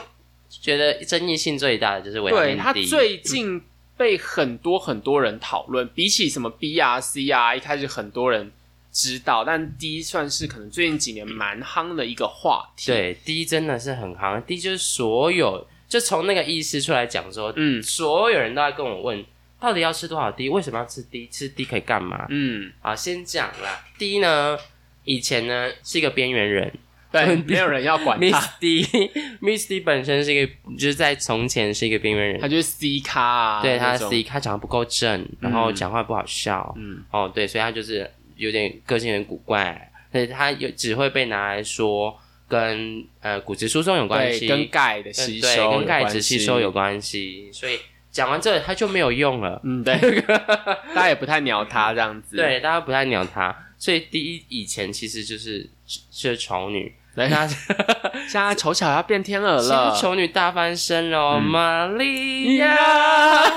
[SPEAKER 2] 觉得争议性最大的就是维他
[SPEAKER 1] 对
[SPEAKER 2] 命
[SPEAKER 1] 它
[SPEAKER 2] D，
[SPEAKER 1] 最近被很多很多人讨论，比起什么 B 啊 C 啊，一开始很多人知道，但 D 算是可能最近几年蛮夯的一个话题。，
[SPEAKER 2] 对，D 真的是很行，D 就是所有，就从那个医师出来讲说，
[SPEAKER 1] 嗯
[SPEAKER 2] 所有人都在跟我问，到底要吃多少 D，为什么要吃 D，吃 D 可以干嘛？
[SPEAKER 1] 嗯，
[SPEAKER 2] 好，先讲啦，D 呢，以前呢是一个边缘人
[SPEAKER 1] 对，
[SPEAKER 2] 嗯
[SPEAKER 1] 没有人要管他，
[SPEAKER 2] ，Miss D，Miss D 本身是一个，就是在从前是一个边缘
[SPEAKER 1] 他
[SPEAKER 2] 人。
[SPEAKER 1] 就是 C 咖啊，
[SPEAKER 2] 对他
[SPEAKER 1] 那种
[SPEAKER 2] C，他长得不够正，然后讲话不好笑，
[SPEAKER 1] 嗯，
[SPEAKER 2] 哦，对，所以他就是有点个性有点古怪，所以他有只会被拿来说跟呃骨质疏松有关
[SPEAKER 1] 对，
[SPEAKER 2] 系，
[SPEAKER 1] 跟钙的吸
[SPEAKER 2] 呃对，
[SPEAKER 1] 收有
[SPEAKER 2] 跟钙质
[SPEAKER 1] 关
[SPEAKER 2] 吸
[SPEAKER 1] 系
[SPEAKER 2] 收有，关系，所以讲完这它就没有用了。
[SPEAKER 1] 嗯，对，大家也不太鸟他这样子，
[SPEAKER 2] 对，大家不太鸟它，所以第一以前其实就是是丑女，
[SPEAKER 1] 对，
[SPEAKER 2] 那
[SPEAKER 1] 现在丑小鸭变天鹅
[SPEAKER 2] 现在
[SPEAKER 1] 了，
[SPEAKER 2] 丑女大翻身喽，
[SPEAKER 1] 嗯
[SPEAKER 2] 玛利
[SPEAKER 1] 呀
[SPEAKER 2] 亚，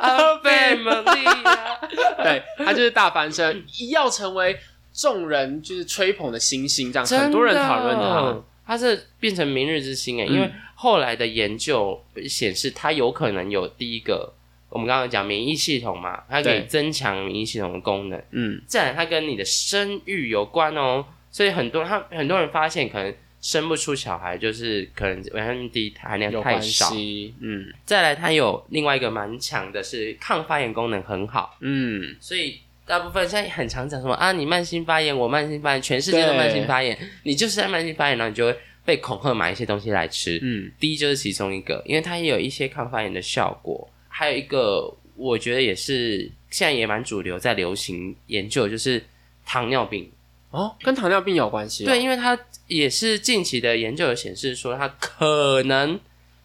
[SPEAKER 2] 阿贝玛利亚，
[SPEAKER 1] 对他就是大翻身，一要成为众人就是吹捧的新星，这样
[SPEAKER 2] 真的
[SPEAKER 1] 很多人讨论他。，
[SPEAKER 2] 她是变成明日之星哎，
[SPEAKER 1] 嗯
[SPEAKER 2] 因为后来的研究显示，她有可能有第一个。我们刚刚讲免疫系统嘛，它可以
[SPEAKER 1] 对
[SPEAKER 2] 增强免疫系统的功能。
[SPEAKER 1] 嗯，
[SPEAKER 2] 自然它跟你的生育有关哦。所以很多他很多人发现可能生不出小孩，就是可能维他命 D 含量
[SPEAKER 1] 有
[SPEAKER 2] 太
[SPEAKER 1] 关
[SPEAKER 2] 少。
[SPEAKER 1] 系。嗯
[SPEAKER 2] 再来，它有另外一个蛮强的是抗发炎功能很好，
[SPEAKER 1] 嗯，
[SPEAKER 2] 所以大部分现在很常讲什么啊，你慢性发炎，我慢性发炎，全世界都慢性发炎，你就是在慢性发炎，然后你就会被恐吓买一些东西来吃。
[SPEAKER 1] 嗯，
[SPEAKER 2] 第一就是其中一个，因为它也有一些抗发炎的效果，还有一个我觉得也是现在也蛮主流在流行研究，就是糖尿病。
[SPEAKER 1] 哦，跟糖尿病有关系、哦。
[SPEAKER 2] 对，，因为它也是近期的研究有显示说，它可能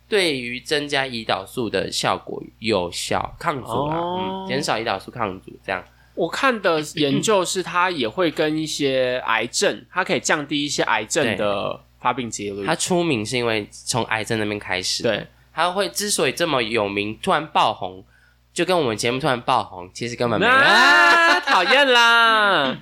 [SPEAKER 2] 对于增加胰岛素的效果有效，抗阻啊，
[SPEAKER 1] 哦
[SPEAKER 2] 嗯，减少胰岛素抗阻这样。
[SPEAKER 1] 我看的研究是它也会跟一些癌症，它可以降低一些癌症的发病几率
[SPEAKER 2] 它。出名是因为从癌症那边开始，
[SPEAKER 1] 对，
[SPEAKER 2] 它会之所以这么有名，突然爆红，就跟我们节目突然爆红，其实根本没有。
[SPEAKER 1] 啊， 讨厌 啦！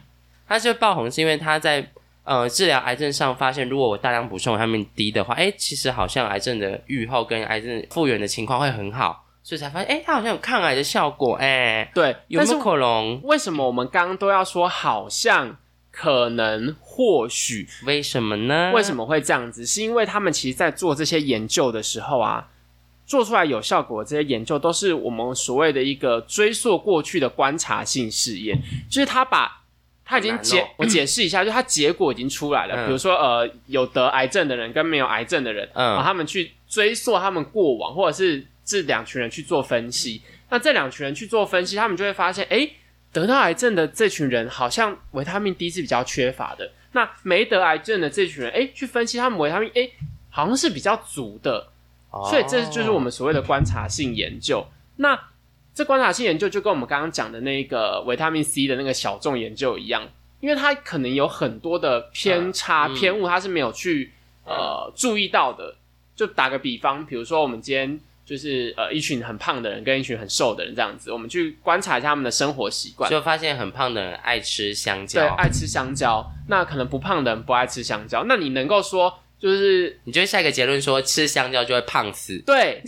[SPEAKER 2] 他就爆红是因为他在呃治疗癌症上发现，如果我大量补充维他命 D 的话，哎、其实好像癌症的预后跟癌症复原的情况会很好，所以才发现，哎、它好像有抗癌的效果，哎、
[SPEAKER 1] 对，
[SPEAKER 2] 有
[SPEAKER 1] 但
[SPEAKER 2] 没
[SPEAKER 1] 是
[SPEAKER 2] 有可能？
[SPEAKER 1] 为什么我们刚刚都要说好像、可能、或许？
[SPEAKER 2] 为什么呢？
[SPEAKER 1] 为什？么会这样子？是因为他们其实，在做这些研究的时候啊，做出来有效果的这些研究，都是我们所谓的一个追溯过去的观察性试验，就是他把他已经
[SPEAKER 2] 好难哦
[SPEAKER 1] 解、我解释一下，就是他结果已经出来了。
[SPEAKER 2] 嗯
[SPEAKER 1] 比如说，呃，有得癌症的人跟没有癌症的人，
[SPEAKER 2] 嗯
[SPEAKER 1] 然后他们去追溯他们过往，或者是这两群人去做分析。那这两群人去做分析，他们就会发现，诶，得到癌症的这群人好像维他命 D 是比较缺乏的。那没得癌症的这群人，诶，去分析他们维他命，诶，好像是比较足的，
[SPEAKER 2] 哦
[SPEAKER 1] 所以这就是我们所谓的观察性研究。那这观察性研究就跟我们刚刚讲的那个维他命 C 的那个小众研究一样，因为它可能有很多的偏差、
[SPEAKER 2] 嗯嗯嗯
[SPEAKER 1] 偏误，它是没有去呃注意到的。就打个比方，比如说我们今天就是呃一群很胖的人跟一群很瘦的人这样子，我们去观察一下他们的生活习惯，
[SPEAKER 2] 就发现很胖的人爱吃香
[SPEAKER 1] 对，啊
[SPEAKER 2] 蕉，
[SPEAKER 1] 爱吃香蕉，那可能不胖的人不爱吃香蕉，那你能够说就是
[SPEAKER 2] 你就会下一个结论说吃香蕉就会胖死。
[SPEAKER 1] 对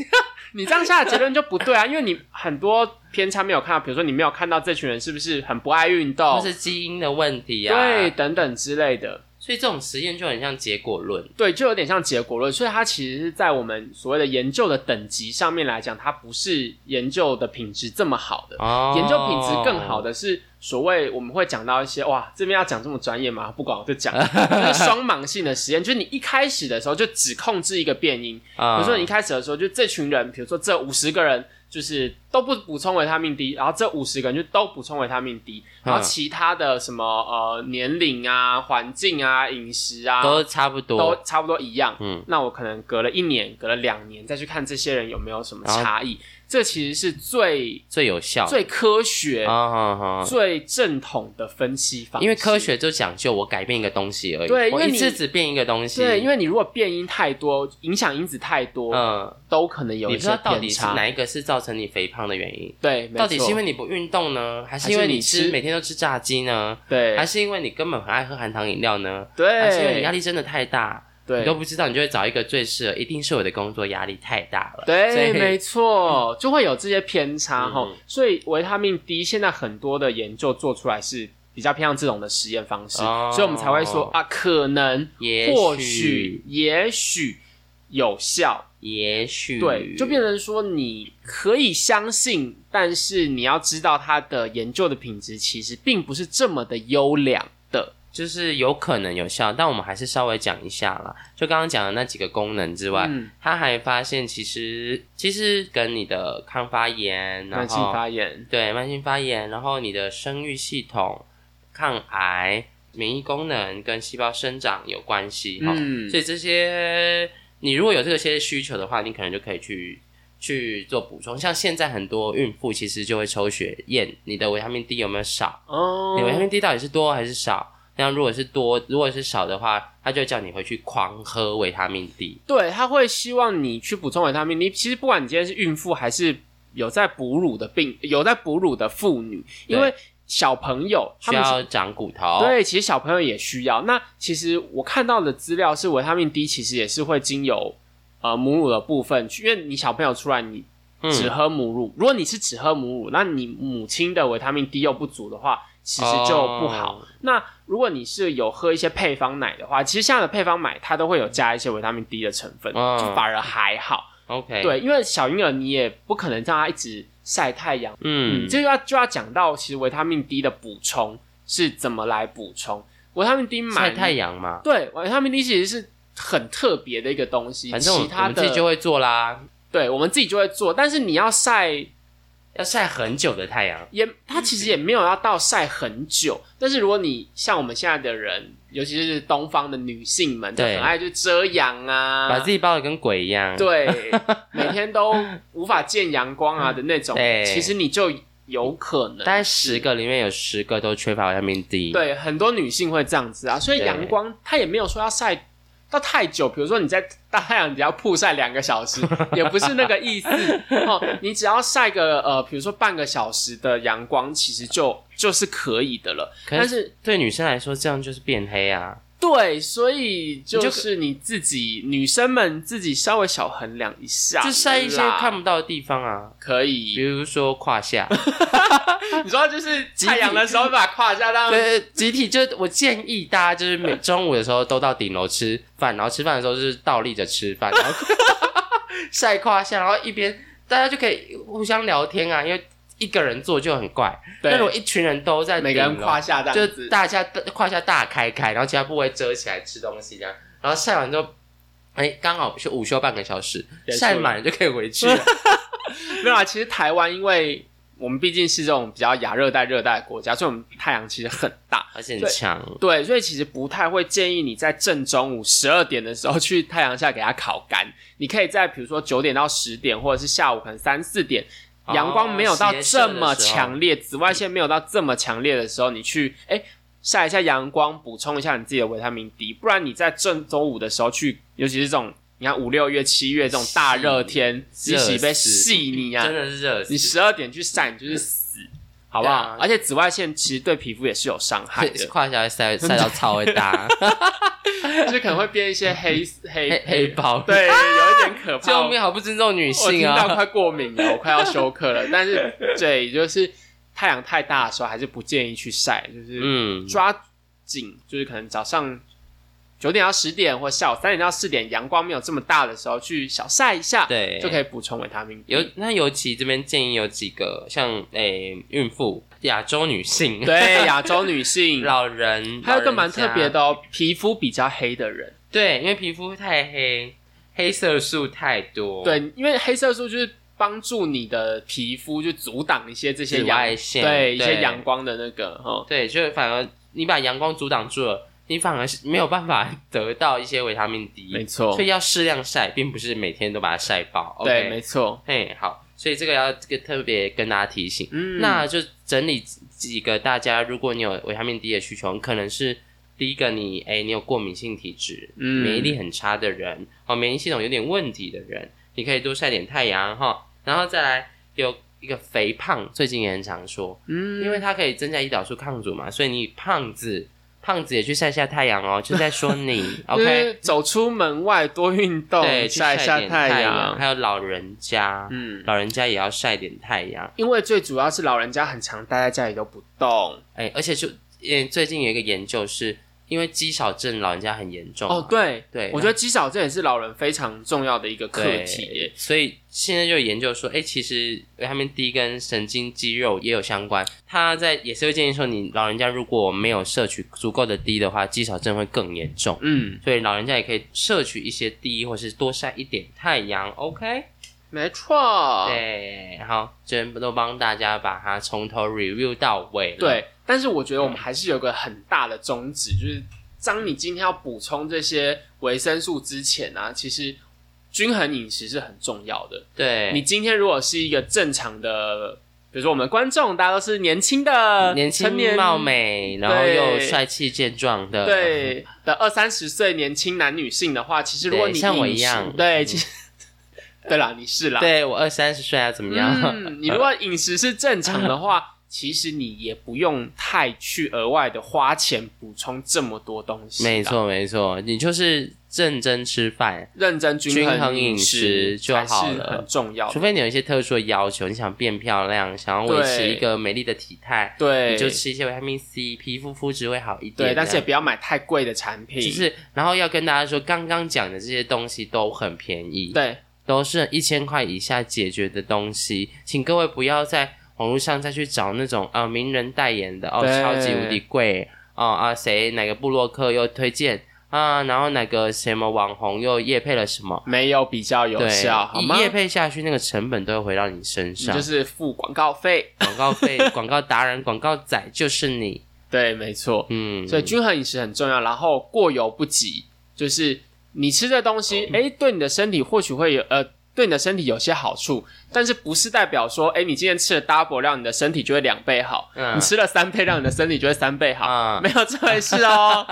[SPEAKER 1] 你这样下的结论就不对啊， 因为你很多偏差没有看到，比如说你没有看到这群人是不是很不爱运动
[SPEAKER 2] 或，是基因的问题啊，
[SPEAKER 1] 哦对，，等等之类的，
[SPEAKER 2] 所以这种实验就很像结果论，
[SPEAKER 1] 对，就有点像结果论，所以它其实是在我们所谓的研究的等级上面来讲，它不是研究的品质这么好的。
[SPEAKER 2] 哦
[SPEAKER 1] 研究品质更好，的是所谓我们会讲到一些哇，这边要讲这么专业吗？不管我就 讲，就是双盲性的实验，就是你一开始的时候就只控制一个变因，比
[SPEAKER 2] 比
[SPEAKER 1] 如说你一开始的时候就这群人，比如说这五十个人就是都不补充维他命 D，然后这五十个人就都补充维他命 D，然后
[SPEAKER 2] 嗯
[SPEAKER 1] 其他的什么呃年龄啊、环境啊、饮食啊
[SPEAKER 2] 都差不
[SPEAKER 1] 都
[SPEAKER 2] 多，
[SPEAKER 1] 差不多一样。
[SPEAKER 2] 嗯，
[SPEAKER 1] 那我可能隔了一年、隔了两年再去看这些人有没有什么
[SPEAKER 2] 然后
[SPEAKER 1] 差异，这其实是最
[SPEAKER 2] 最有效，
[SPEAKER 1] 最科学、
[SPEAKER 2] 啊哈哈，
[SPEAKER 1] 最正统的分析方式。
[SPEAKER 2] 因为科学就讲究我改变一个东西而已，
[SPEAKER 1] 对因
[SPEAKER 2] 我
[SPEAKER 1] 为
[SPEAKER 2] 一
[SPEAKER 1] 你
[SPEAKER 2] 次只变一个东西，
[SPEAKER 1] 对，因为你如果变因太多，影响因子太多，
[SPEAKER 2] 嗯，
[SPEAKER 1] 都可能有
[SPEAKER 2] 你
[SPEAKER 1] 一
[SPEAKER 2] 不知道
[SPEAKER 1] 些
[SPEAKER 2] 到
[SPEAKER 1] 偏
[SPEAKER 2] 底是
[SPEAKER 1] 差。
[SPEAKER 2] 哪一个是造成你肥胖的原因，
[SPEAKER 1] 对，没
[SPEAKER 2] 到底
[SPEAKER 1] 错
[SPEAKER 2] 是因为你不运动呢，还是
[SPEAKER 1] 还
[SPEAKER 2] 因
[SPEAKER 1] 是
[SPEAKER 2] 为
[SPEAKER 1] 你
[SPEAKER 2] 你吃
[SPEAKER 1] 吃
[SPEAKER 2] 每天都吃炸鸡呢，
[SPEAKER 1] 对
[SPEAKER 2] 还是因为你根本很爱喝含糖饮料呢，
[SPEAKER 1] 对，
[SPEAKER 2] 还是因为你压力真的太大，你都
[SPEAKER 1] 对
[SPEAKER 2] 不知道，你就会找一个最适合，一定是我的工作压力太大了，所
[SPEAKER 1] 对，
[SPEAKER 2] 以
[SPEAKER 1] 没错，就会有这些偏差哈、
[SPEAKER 2] 嗯
[SPEAKER 1] 所以维他命 D 现在很多的研究做出来是比较偏向这种的实验方式，
[SPEAKER 2] 哦
[SPEAKER 1] 所以我们才会说啊，可能、
[SPEAKER 2] 也
[SPEAKER 1] 或
[SPEAKER 2] 许
[SPEAKER 1] 许、也许有效。
[SPEAKER 2] 也许
[SPEAKER 1] 对，就变成说你可以相信，但是你要知道它的研究的品质其实并不是这么的优良的。
[SPEAKER 2] 就是有可能有效，但我们还是稍微讲一下啦。就刚刚讲的那几个功能之外，
[SPEAKER 1] 嗯，
[SPEAKER 2] 他还发现其实其实跟你的抗发炎，然
[SPEAKER 1] 慢性
[SPEAKER 2] 后
[SPEAKER 1] 发炎，
[SPEAKER 2] 对慢性发炎，然后你的生育系统、抗癌、免疫功能跟细胞生长有关系哈、
[SPEAKER 1] 嗯
[SPEAKER 2] 所以这些你如果有这些需求的话，你可能就可以去。去做补充，像现在很多孕妇其实就会抽血验你的维他命 D 有没有少，
[SPEAKER 1] 哦，
[SPEAKER 2] 你维他命 D 到底是多还是少？那如果是多，如果是少的话，他就会叫你回去狂喝维他命 D。
[SPEAKER 1] 对，他会希望你去补充维他命。你其实不管你今天是孕妇还是有在哺乳的病，有在哺乳的妇女，因为小朋友他
[SPEAKER 2] 需
[SPEAKER 1] 们其
[SPEAKER 2] 要哦长骨头，，
[SPEAKER 1] 对，其实小朋友也需要。那其实我看到的资料是，维他命 D 其实也是会经由呃母乳的部分去，因为你小朋友出来你只
[SPEAKER 2] 嗯，
[SPEAKER 1] 喝母乳，如果你是只喝母乳，那你母亲的维他命 D 又不足的话，其实就不好。
[SPEAKER 2] 哦
[SPEAKER 1] 那如果你是有喝一些配方奶的话，其实现在的配方奶它都会有加一些维他命 D 的成分，
[SPEAKER 2] 嗯
[SPEAKER 1] 就反而还好。
[SPEAKER 2] ，OK，，
[SPEAKER 1] 对，因为小婴儿你也不可能让他一直晒太阳。嗯，
[SPEAKER 2] 嗯，
[SPEAKER 1] 这就要就要讲到其实维他命 D 的补充是怎么来补充。维他命 D
[SPEAKER 2] 晒
[SPEAKER 1] 买
[SPEAKER 2] 太阳嘛，
[SPEAKER 1] 对，维他命 D 其实是很特别的一个东西，
[SPEAKER 2] 反正我
[SPEAKER 1] 其
[SPEAKER 2] 们我
[SPEAKER 1] 他
[SPEAKER 2] 们自
[SPEAKER 1] 的
[SPEAKER 2] 己就会做啦，
[SPEAKER 1] 对我们自己就会做，但是你要晒
[SPEAKER 2] 要晒很久的太阳，
[SPEAKER 1] 也，它其实也没有要到晒很久，但是如果你像我们现在的人，尤其是东方的女性们，就
[SPEAKER 2] 对
[SPEAKER 1] 很爱去遮阳啊，
[SPEAKER 2] 把自己包的跟鬼一样，，
[SPEAKER 1] 对每天都无法见阳光啊的那种
[SPEAKER 2] 对，
[SPEAKER 1] 其实你就有可能
[SPEAKER 2] 大概十个里面有十个都缺乏维他命 D，，
[SPEAKER 1] 对很多女性会这样子啊，所以
[SPEAKER 2] 对
[SPEAKER 1] 阳光它也没有说要晒。到太久，比如说你在大太阳底下曝晒两个小时，也不是那个意思哦。你只要晒个呃，比如说半个小时的阳光，其实就就是可以的了。
[SPEAKER 2] 可
[SPEAKER 1] 但
[SPEAKER 2] 是
[SPEAKER 1] 是
[SPEAKER 2] 对女生来说这样就是变黑啊，
[SPEAKER 1] 对，所以
[SPEAKER 2] 你
[SPEAKER 1] 就
[SPEAKER 2] 就是
[SPEAKER 1] 你自己女生们自己稍微小衡量一下啦，
[SPEAKER 2] 就晒一些看不到的地方啊，
[SPEAKER 1] 可
[SPEAKER 2] 比
[SPEAKER 1] 以。
[SPEAKER 2] 如说胯下。
[SPEAKER 1] 你知道，就是太阳的时候把胯下当
[SPEAKER 2] 对，集体就我建议大家就是每中午的时候都到顶楼吃饭，然后吃饭的时候就是倒立着吃饭，然后 晒胯下，然后一边大家就可以互相聊天啊，因为一个人做就很怪，但如果
[SPEAKER 1] 对，
[SPEAKER 2] 一群人都在
[SPEAKER 1] 每个人
[SPEAKER 2] 顶楼
[SPEAKER 1] 胯下这
[SPEAKER 2] 就
[SPEAKER 1] 样子，
[SPEAKER 2] 大家胯下大开开，然后其他部位遮起来吃东西这样，然后晒完之后。哎，刚好是午休半个小时，
[SPEAKER 1] 结束了
[SPEAKER 2] 晒满了就可以回去了。
[SPEAKER 1] 没有啊。其实台湾因为我们毕竟是这种比较亚热带、热带的国家，所以我们太阳其实很大。
[SPEAKER 2] 而且很强。
[SPEAKER 1] 对，所以其实不太会建议你在正中午十二点的时候去太阳下给它烤干。你可以在比如说九点到十点，或者是下午可能三四点，
[SPEAKER 2] 哦
[SPEAKER 1] 阳光没有到这么
[SPEAKER 2] 斜射的时候
[SPEAKER 1] 强烈，紫外线没有到这么强烈的时候，你去哎晒一下阳光，补充一下你自己的维他命 D。不然你在正中午的时候去，尤其是这种你看五六月、七月这种大热天，
[SPEAKER 2] 细
[SPEAKER 1] 你洗被
[SPEAKER 2] 热死
[SPEAKER 1] 细你啊
[SPEAKER 2] 真，的是热死，
[SPEAKER 1] 你十二点去晒，你就是死，好不好？
[SPEAKER 2] 对啊。
[SPEAKER 1] 而且紫外线其实对皮肤也是有伤害的
[SPEAKER 2] 胯下会晒晒到超会 大，
[SPEAKER 1] 就是可能会变一些黑黑
[SPEAKER 2] 嗯黑黑包
[SPEAKER 1] 对，有一点可怕。
[SPEAKER 2] 救命！好不尊重女
[SPEAKER 1] 我听
[SPEAKER 2] 性
[SPEAKER 1] 到
[SPEAKER 2] 啊！
[SPEAKER 1] 快过敏了，我快要休克 了。但是对，就是太阳太大的时候，还是不建议去晒，就是
[SPEAKER 2] 嗯，
[SPEAKER 1] 抓紧，就是可能早上九点到十点，或下午三点到四点，阳光没有这么大的时候去小晒一下，
[SPEAKER 2] 对
[SPEAKER 1] 就可以补充维他命 D。
[SPEAKER 2] 尤 那尤其这边建议有几个，像诶、孕妇、亚洲女性、
[SPEAKER 1] 对亚洲女性，
[SPEAKER 2] 老人，
[SPEAKER 1] 还有一个蛮
[SPEAKER 2] 老
[SPEAKER 1] 特
[SPEAKER 2] 人家
[SPEAKER 1] 别，的哦，皮肤比较黑的人。
[SPEAKER 2] 对，因为皮肤太黑，黑色素太多，，
[SPEAKER 1] 对，因为黑色素就是帮助你的皮肤就阻挡一些这些
[SPEAKER 2] 紫
[SPEAKER 1] 阳
[SPEAKER 2] 外线，
[SPEAKER 1] 对一些阳，光的那个哈。
[SPEAKER 2] 对，就反而你把阳光阻挡住了，你反而是没有办法得到一些维他命 D，
[SPEAKER 1] 没错
[SPEAKER 2] 所以要适量晒，并不是每天都把它晒爆。
[SPEAKER 1] 对，
[SPEAKER 2] o
[SPEAKER 1] 没错。
[SPEAKER 2] k 嘿，好，所以这个要这个特别跟大家提醒。
[SPEAKER 1] 嗯，
[SPEAKER 2] 那就整理几个大家，如果你有维他命 D 的需求，可能是第一个你，哎、你有过敏性体质，
[SPEAKER 1] 嗯
[SPEAKER 2] 免疫力很差的人，哦，免疫系统有点问题的人，你可以多晒点太阳哈。然后再来有一个肥胖，最近也很常说，
[SPEAKER 1] 嗯，
[SPEAKER 2] 因为它可以增加胰岛素抗阻嘛，所以你胖子胖子也去晒下太阳哦，就在 说你
[SPEAKER 1] 就
[SPEAKER 2] ，OK，
[SPEAKER 1] 是走出门外多运动，
[SPEAKER 2] 对，去
[SPEAKER 1] 晒一下
[SPEAKER 2] 点太
[SPEAKER 1] 阳。
[SPEAKER 2] 还有老人家，
[SPEAKER 1] 嗯，
[SPEAKER 2] 老人家也要晒点太阳。
[SPEAKER 1] 因为最主要是老人家很常待在家里都不动。
[SPEAKER 2] 哎、而且就嗯，最近有一个研究是，因为肌少症老人家很严重嘛、
[SPEAKER 1] 哦，对
[SPEAKER 2] 对
[SPEAKER 1] 我觉得肌少症也是老人非常重要的一个课
[SPEAKER 2] 对
[SPEAKER 1] 题耶。
[SPEAKER 2] 所以现在就有研究说，哎、其实维他命 D 跟神经肌肉也有相关。他在也是会建议说，你老人家如果没有摄取足够的 D 的话，肌少症会更严重。
[SPEAKER 1] 嗯，
[SPEAKER 2] 所以老人家也可以摄取一些 D，或是多晒一点太阳，OK？、
[SPEAKER 1] 没错。
[SPEAKER 2] 对，好，这边都帮大家把它从头 review 到尾了。
[SPEAKER 1] 对，但是我觉得我们
[SPEAKER 2] 嗯
[SPEAKER 1] 还是有个很大的宗旨，就是当你今天要补充这些维生素之前啊，其实均衡饮食是很重要的。
[SPEAKER 2] 对，
[SPEAKER 1] 你今天如果是一个正常的，比如说我们观众大家都是年轻的、
[SPEAKER 2] 嗯年
[SPEAKER 1] 呃成年
[SPEAKER 2] 轻貌，美，然后
[SPEAKER 1] 对
[SPEAKER 2] 又帅气健壮的，
[SPEAKER 1] 对的二三十岁年轻男女性的话，其实如果
[SPEAKER 2] 对
[SPEAKER 1] 你
[SPEAKER 2] 像我
[SPEAKER 1] 饮
[SPEAKER 2] 一
[SPEAKER 1] 食
[SPEAKER 2] 样嗯
[SPEAKER 1] 对，其实 对啦，你是啦，
[SPEAKER 2] 对我二三十岁啊，怎么样？
[SPEAKER 1] 嗯，你如果饮食是正常的话， 其实你也不用太去额外的花钱补充这么多东西。
[SPEAKER 2] 没，错没错，你就是认真吃饭，
[SPEAKER 1] 认真均
[SPEAKER 2] 均衡
[SPEAKER 1] 饮
[SPEAKER 2] 饮食就
[SPEAKER 1] 才是
[SPEAKER 2] 好了
[SPEAKER 1] 很重要
[SPEAKER 2] 除
[SPEAKER 1] 的。
[SPEAKER 2] 非你有一些特殊的要求，你想变漂亮，想要维持
[SPEAKER 1] 对
[SPEAKER 2] 一个美丽的体态，
[SPEAKER 1] 对，
[SPEAKER 2] 你就吃一些维他命 C，皮肤肤质会好一点。
[SPEAKER 1] 对，但是也
[SPEAKER 2] 这样
[SPEAKER 1] 不要买太贵的产品。
[SPEAKER 2] 就是，然后要跟大家说，刚刚讲的这些东西都很便宜，
[SPEAKER 1] 对，
[SPEAKER 2] 都是一千块以下解决的东西，请各位不要在网络上再去找那种呃名人代言的哦，
[SPEAKER 1] 对
[SPEAKER 2] 超级无敌贵哦啊谁哪个部落客又推荐啊，然后哪个什么网红又夜配了什么，
[SPEAKER 1] 没有比较有
[SPEAKER 2] 对，
[SPEAKER 1] 效，好吗
[SPEAKER 2] 一？夜配下去那个成本都会回到你身
[SPEAKER 1] 你
[SPEAKER 2] 上，
[SPEAKER 1] 就是付广告费。
[SPEAKER 2] 广告费、广告达人、广告仔就是你，
[SPEAKER 1] 对，没错。
[SPEAKER 2] 嗯，
[SPEAKER 1] 所以均衡饮食很重要，然后过犹不及，就是你吃这东
[SPEAKER 2] 哦
[SPEAKER 1] 西，哎、对你的身体或许会有呃，对你的身体有些好处，但是不是代表说，哎、你今天吃了 double 让你的身体就会两倍好，
[SPEAKER 2] 嗯
[SPEAKER 1] 你吃了三倍让你的身体就会三倍好，
[SPEAKER 2] 啊，
[SPEAKER 1] 没有这回事 哦，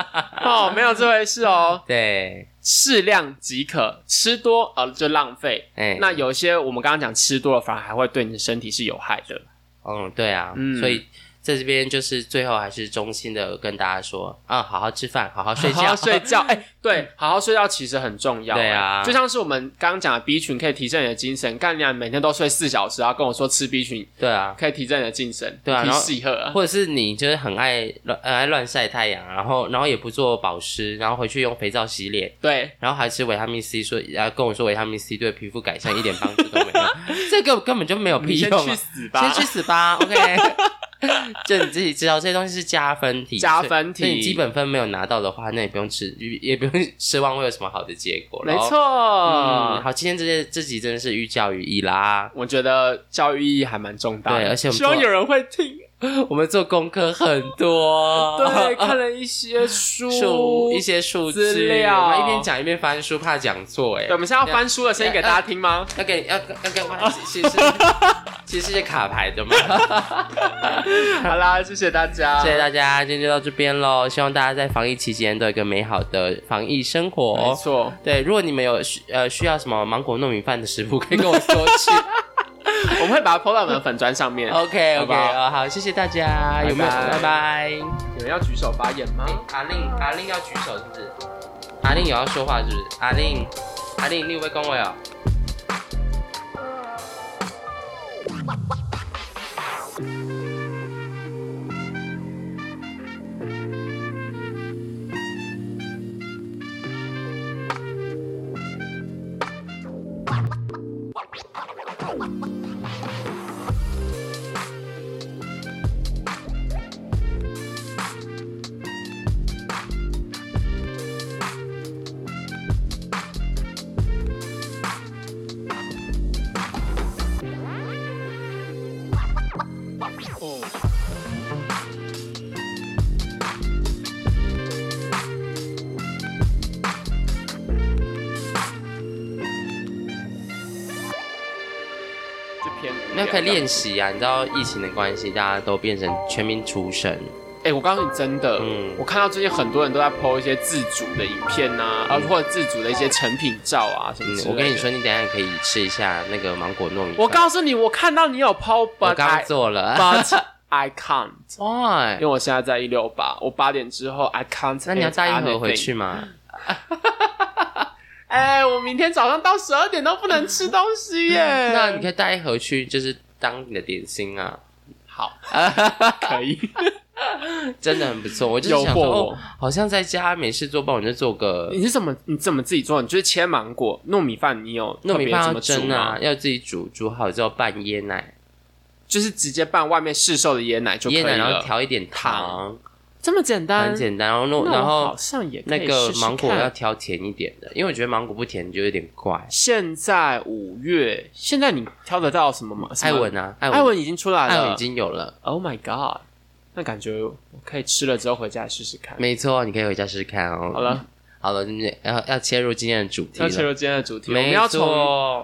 [SPEAKER 1] 哦，没有这回事哦，
[SPEAKER 2] 对，
[SPEAKER 1] 适量即可，吃多呃就浪费。
[SPEAKER 2] 哎，
[SPEAKER 1] 那有一些我们刚刚讲吃多了，反而还会对你的身体是有害的。
[SPEAKER 2] 嗯，对啊，
[SPEAKER 1] 嗯
[SPEAKER 2] 所以在这边就是最后还是衷心的跟大家说啊，好好吃饭，好好睡
[SPEAKER 1] 好好
[SPEAKER 2] 觉，
[SPEAKER 1] 睡 觉，哎、对，好好睡觉其实很重要、
[SPEAKER 2] 对啊
[SPEAKER 1] 哎就像是我们刚刚讲的 B 群可以提振你的精神，干你、啊、每天都睡四小时，然后跟我说吃 B 群
[SPEAKER 2] 对啊，
[SPEAKER 1] 可以提振你的精神，
[SPEAKER 2] 对啊
[SPEAKER 1] 提
[SPEAKER 2] 然后
[SPEAKER 1] 喜喝啊，
[SPEAKER 2] 或者是你就是很爱乱很爱乱晒太阳，啊然后然后也不做保湿，然后回去用肥皂洗脸，
[SPEAKER 1] 对，
[SPEAKER 2] 然后还吃维他命 C，说然后跟我说维他命 C 对皮肤改 善一点帮助都没有，这个根本就没有
[SPEAKER 1] 你
[SPEAKER 2] 屁
[SPEAKER 1] 先
[SPEAKER 2] 用
[SPEAKER 1] 去
[SPEAKER 2] 啊！
[SPEAKER 1] 死吧，
[SPEAKER 2] 先去死吧，OK。 就你自己知道这些东西是加分题，
[SPEAKER 1] 加分
[SPEAKER 2] 所以所以你
[SPEAKER 1] 题
[SPEAKER 2] 基本分没有拿到的话，那也不用吃，也不用奢望会有什么好的结果。
[SPEAKER 1] 没
[SPEAKER 2] 然后
[SPEAKER 1] 错。
[SPEAKER 2] 嗯，好，今天这些这集真的是寓教于 益啦。
[SPEAKER 1] 我觉得教育意义还蛮重大的，
[SPEAKER 2] 对而且我们
[SPEAKER 1] 希望
[SPEAKER 2] 做
[SPEAKER 1] 有人会 听。
[SPEAKER 2] 我们做功课很多，
[SPEAKER 1] 对，看了一些书，
[SPEAKER 2] 数一些数字
[SPEAKER 1] 资料
[SPEAKER 2] 我们一边讲一边翻书，怕讲错哎
[SPEAKER 1] 对，我。们现在要翻书的声音给大家听 吗？
[SPEAKER 2] 要给要要给我其实其实是卡牌的嘛。
[SPEAKER 1] 好啦，谢谢大家，
[SPEAKER 2] 谢谢大家，今天就到这边喽。希望大家在防疫期间都有一个美好的防疫生
[SPEAKER 1] 没
[SPEAKER 2] 活。哦
[SPEAKER 1] 错，
[SPEAKER 2] 对，如果你们有需呃需要什么芒果糯米饭的食谱，可以跟我说 去。
[SPEAKER 1] 我们会把它 PO 到我们的粉砖上面。
[SPEAKER 2] OK
[SPEAKER 1] 好
[SPEAKER 2] OK，
[SPEAKER 1] 不好
[SPEAKER 2] 哦好，谢谢大家，有没有什么？
[SPEAKER 1] 拜
[SPEAKER 2] 拜拜。
[SPEAKER 1] 有人要举手发言吗？
[SPEAKER 2] 阿令阿令要举手是不是？阿令有要说话是不是？阿令阿令，你有被恭维哦？
[SPEAKER 1] 就偏
[SPEAKER 2] 那可以。练习啊，你知道疫情的关系，大家都变成全民厨神。
[SPEAKER 1] 哎、我告诉你，真的，
[SPEAKER 2] 嗯
[SPEAKER 1] 我看到最近很多人都在 PO 一些自主的影片呐、啊，啊，或者自主的一些成品照啊什么之类
[SPEAKER 2] 嗯，
[SPEAKER 1] 的
[SPEAKER 2] 我跟你，说，你等一下也可以吃一下那个芒果糯米饭。
[SPEAKER 1] 我告诉你，我看到你有 PO，but
[SPEAKER 2] 我刚
[SPEAKER 1] I
[SPEAKER 2] 做了。
[SPEAKER 1] but I can't，因
[SPEAKER 2] Why？
[SPEAKER 1] 为我现在在一六八，我八点之后 I can't。
[SPEAKER 2] 那你要大一盒回去？吗？
[SPEAKER 1] 哎、我明天早上到十二点都不能吃东西耶。
[SPEAKER 2] 嗯那你可以带一盒去，就是当你的点心 啊，
[SPEAKER 1] 好，可以。
[SPEAKER 2] 真的很不错。我就是想
[SPEAKER 1] 诱惑
[SPEAKER 2] 说，
[SPEAKER 1] 我
[SPEAKER 2] 哦好像在家没事做，不然我就做 个
[SPEAKER 1] 你是怎么你怎么自己做？你就是切芒果、糯米饭，你有
[SPEAKER 2] 糯
[SPEAKER 1] 特
[SPEAKER 2] 米
[SPEAKER 1] 别
[SPEAKER 2] 饭
[SPEAKER 1] 怎
[SPEAKER 2] 要
[SPEAKER 1] 么煮
[SPEAKER 2] 蒸
[SPEAKER 1] 吗
[SPEAKER 2] 啊，，要自己煮，煮好之后拌椰奶，
[SPEAKER 1] 就是直接拌外面市售的椰奶就可以
[SPEAKER 2] 椰奶然后
[SPEAKER 1] 了。
[SPEAKER 2] 调一点糖，
[SPEAKER 1] 这么简单，
[SPEAKER 2] 很简单。然后
[SPEAKER 1] 那
[SPEAKER 2] 弄
[SPEAKER 1] 我
[SPEAKER 2] 然后
[SPEAKER 1] 嗯好像也可
[SPEAKER 2] 那
[SPEAKER 1] 以
[SPEAKER 2] 个
[SPEAKER 1] 试试
[SPEAKER 2] 芒果
[SPEAKER 1] 看
[SPEAKER 2] 要挑甜一点的，因为我觉得芒果不甜就有点怪。
[SPEAKER 1] 现在五月，现在你挑得到什么吗？什
[SPEAKER 2] 艾
[SPEAKER 1] 么
[SPEAKER 2] 文，啊，艾文，
[SPEAKER 1] 艾文已经出来
[SPEAKER 2] 艾
[SPEAKER 1] 了，
[SPEAKER 2] 文已经有了，
[SPEAKER 1] Oh my god！那感觉我可以吃了之后回家试试看。
[SPEAKER 2] 没错，你可以回家试试看哦。
[SPEAKER 1] 好了，
[SPEAKER 2] 呃好了，今天要要切入今天的主题
[SPEAKER 1] 要切
[SPEAKER 2] 了，
[SPEAKER 1] 入今天的主题，我
[SPEAKER 2] 没
[SPEAKER 1] 们要从
[SPEAKER 2] 错。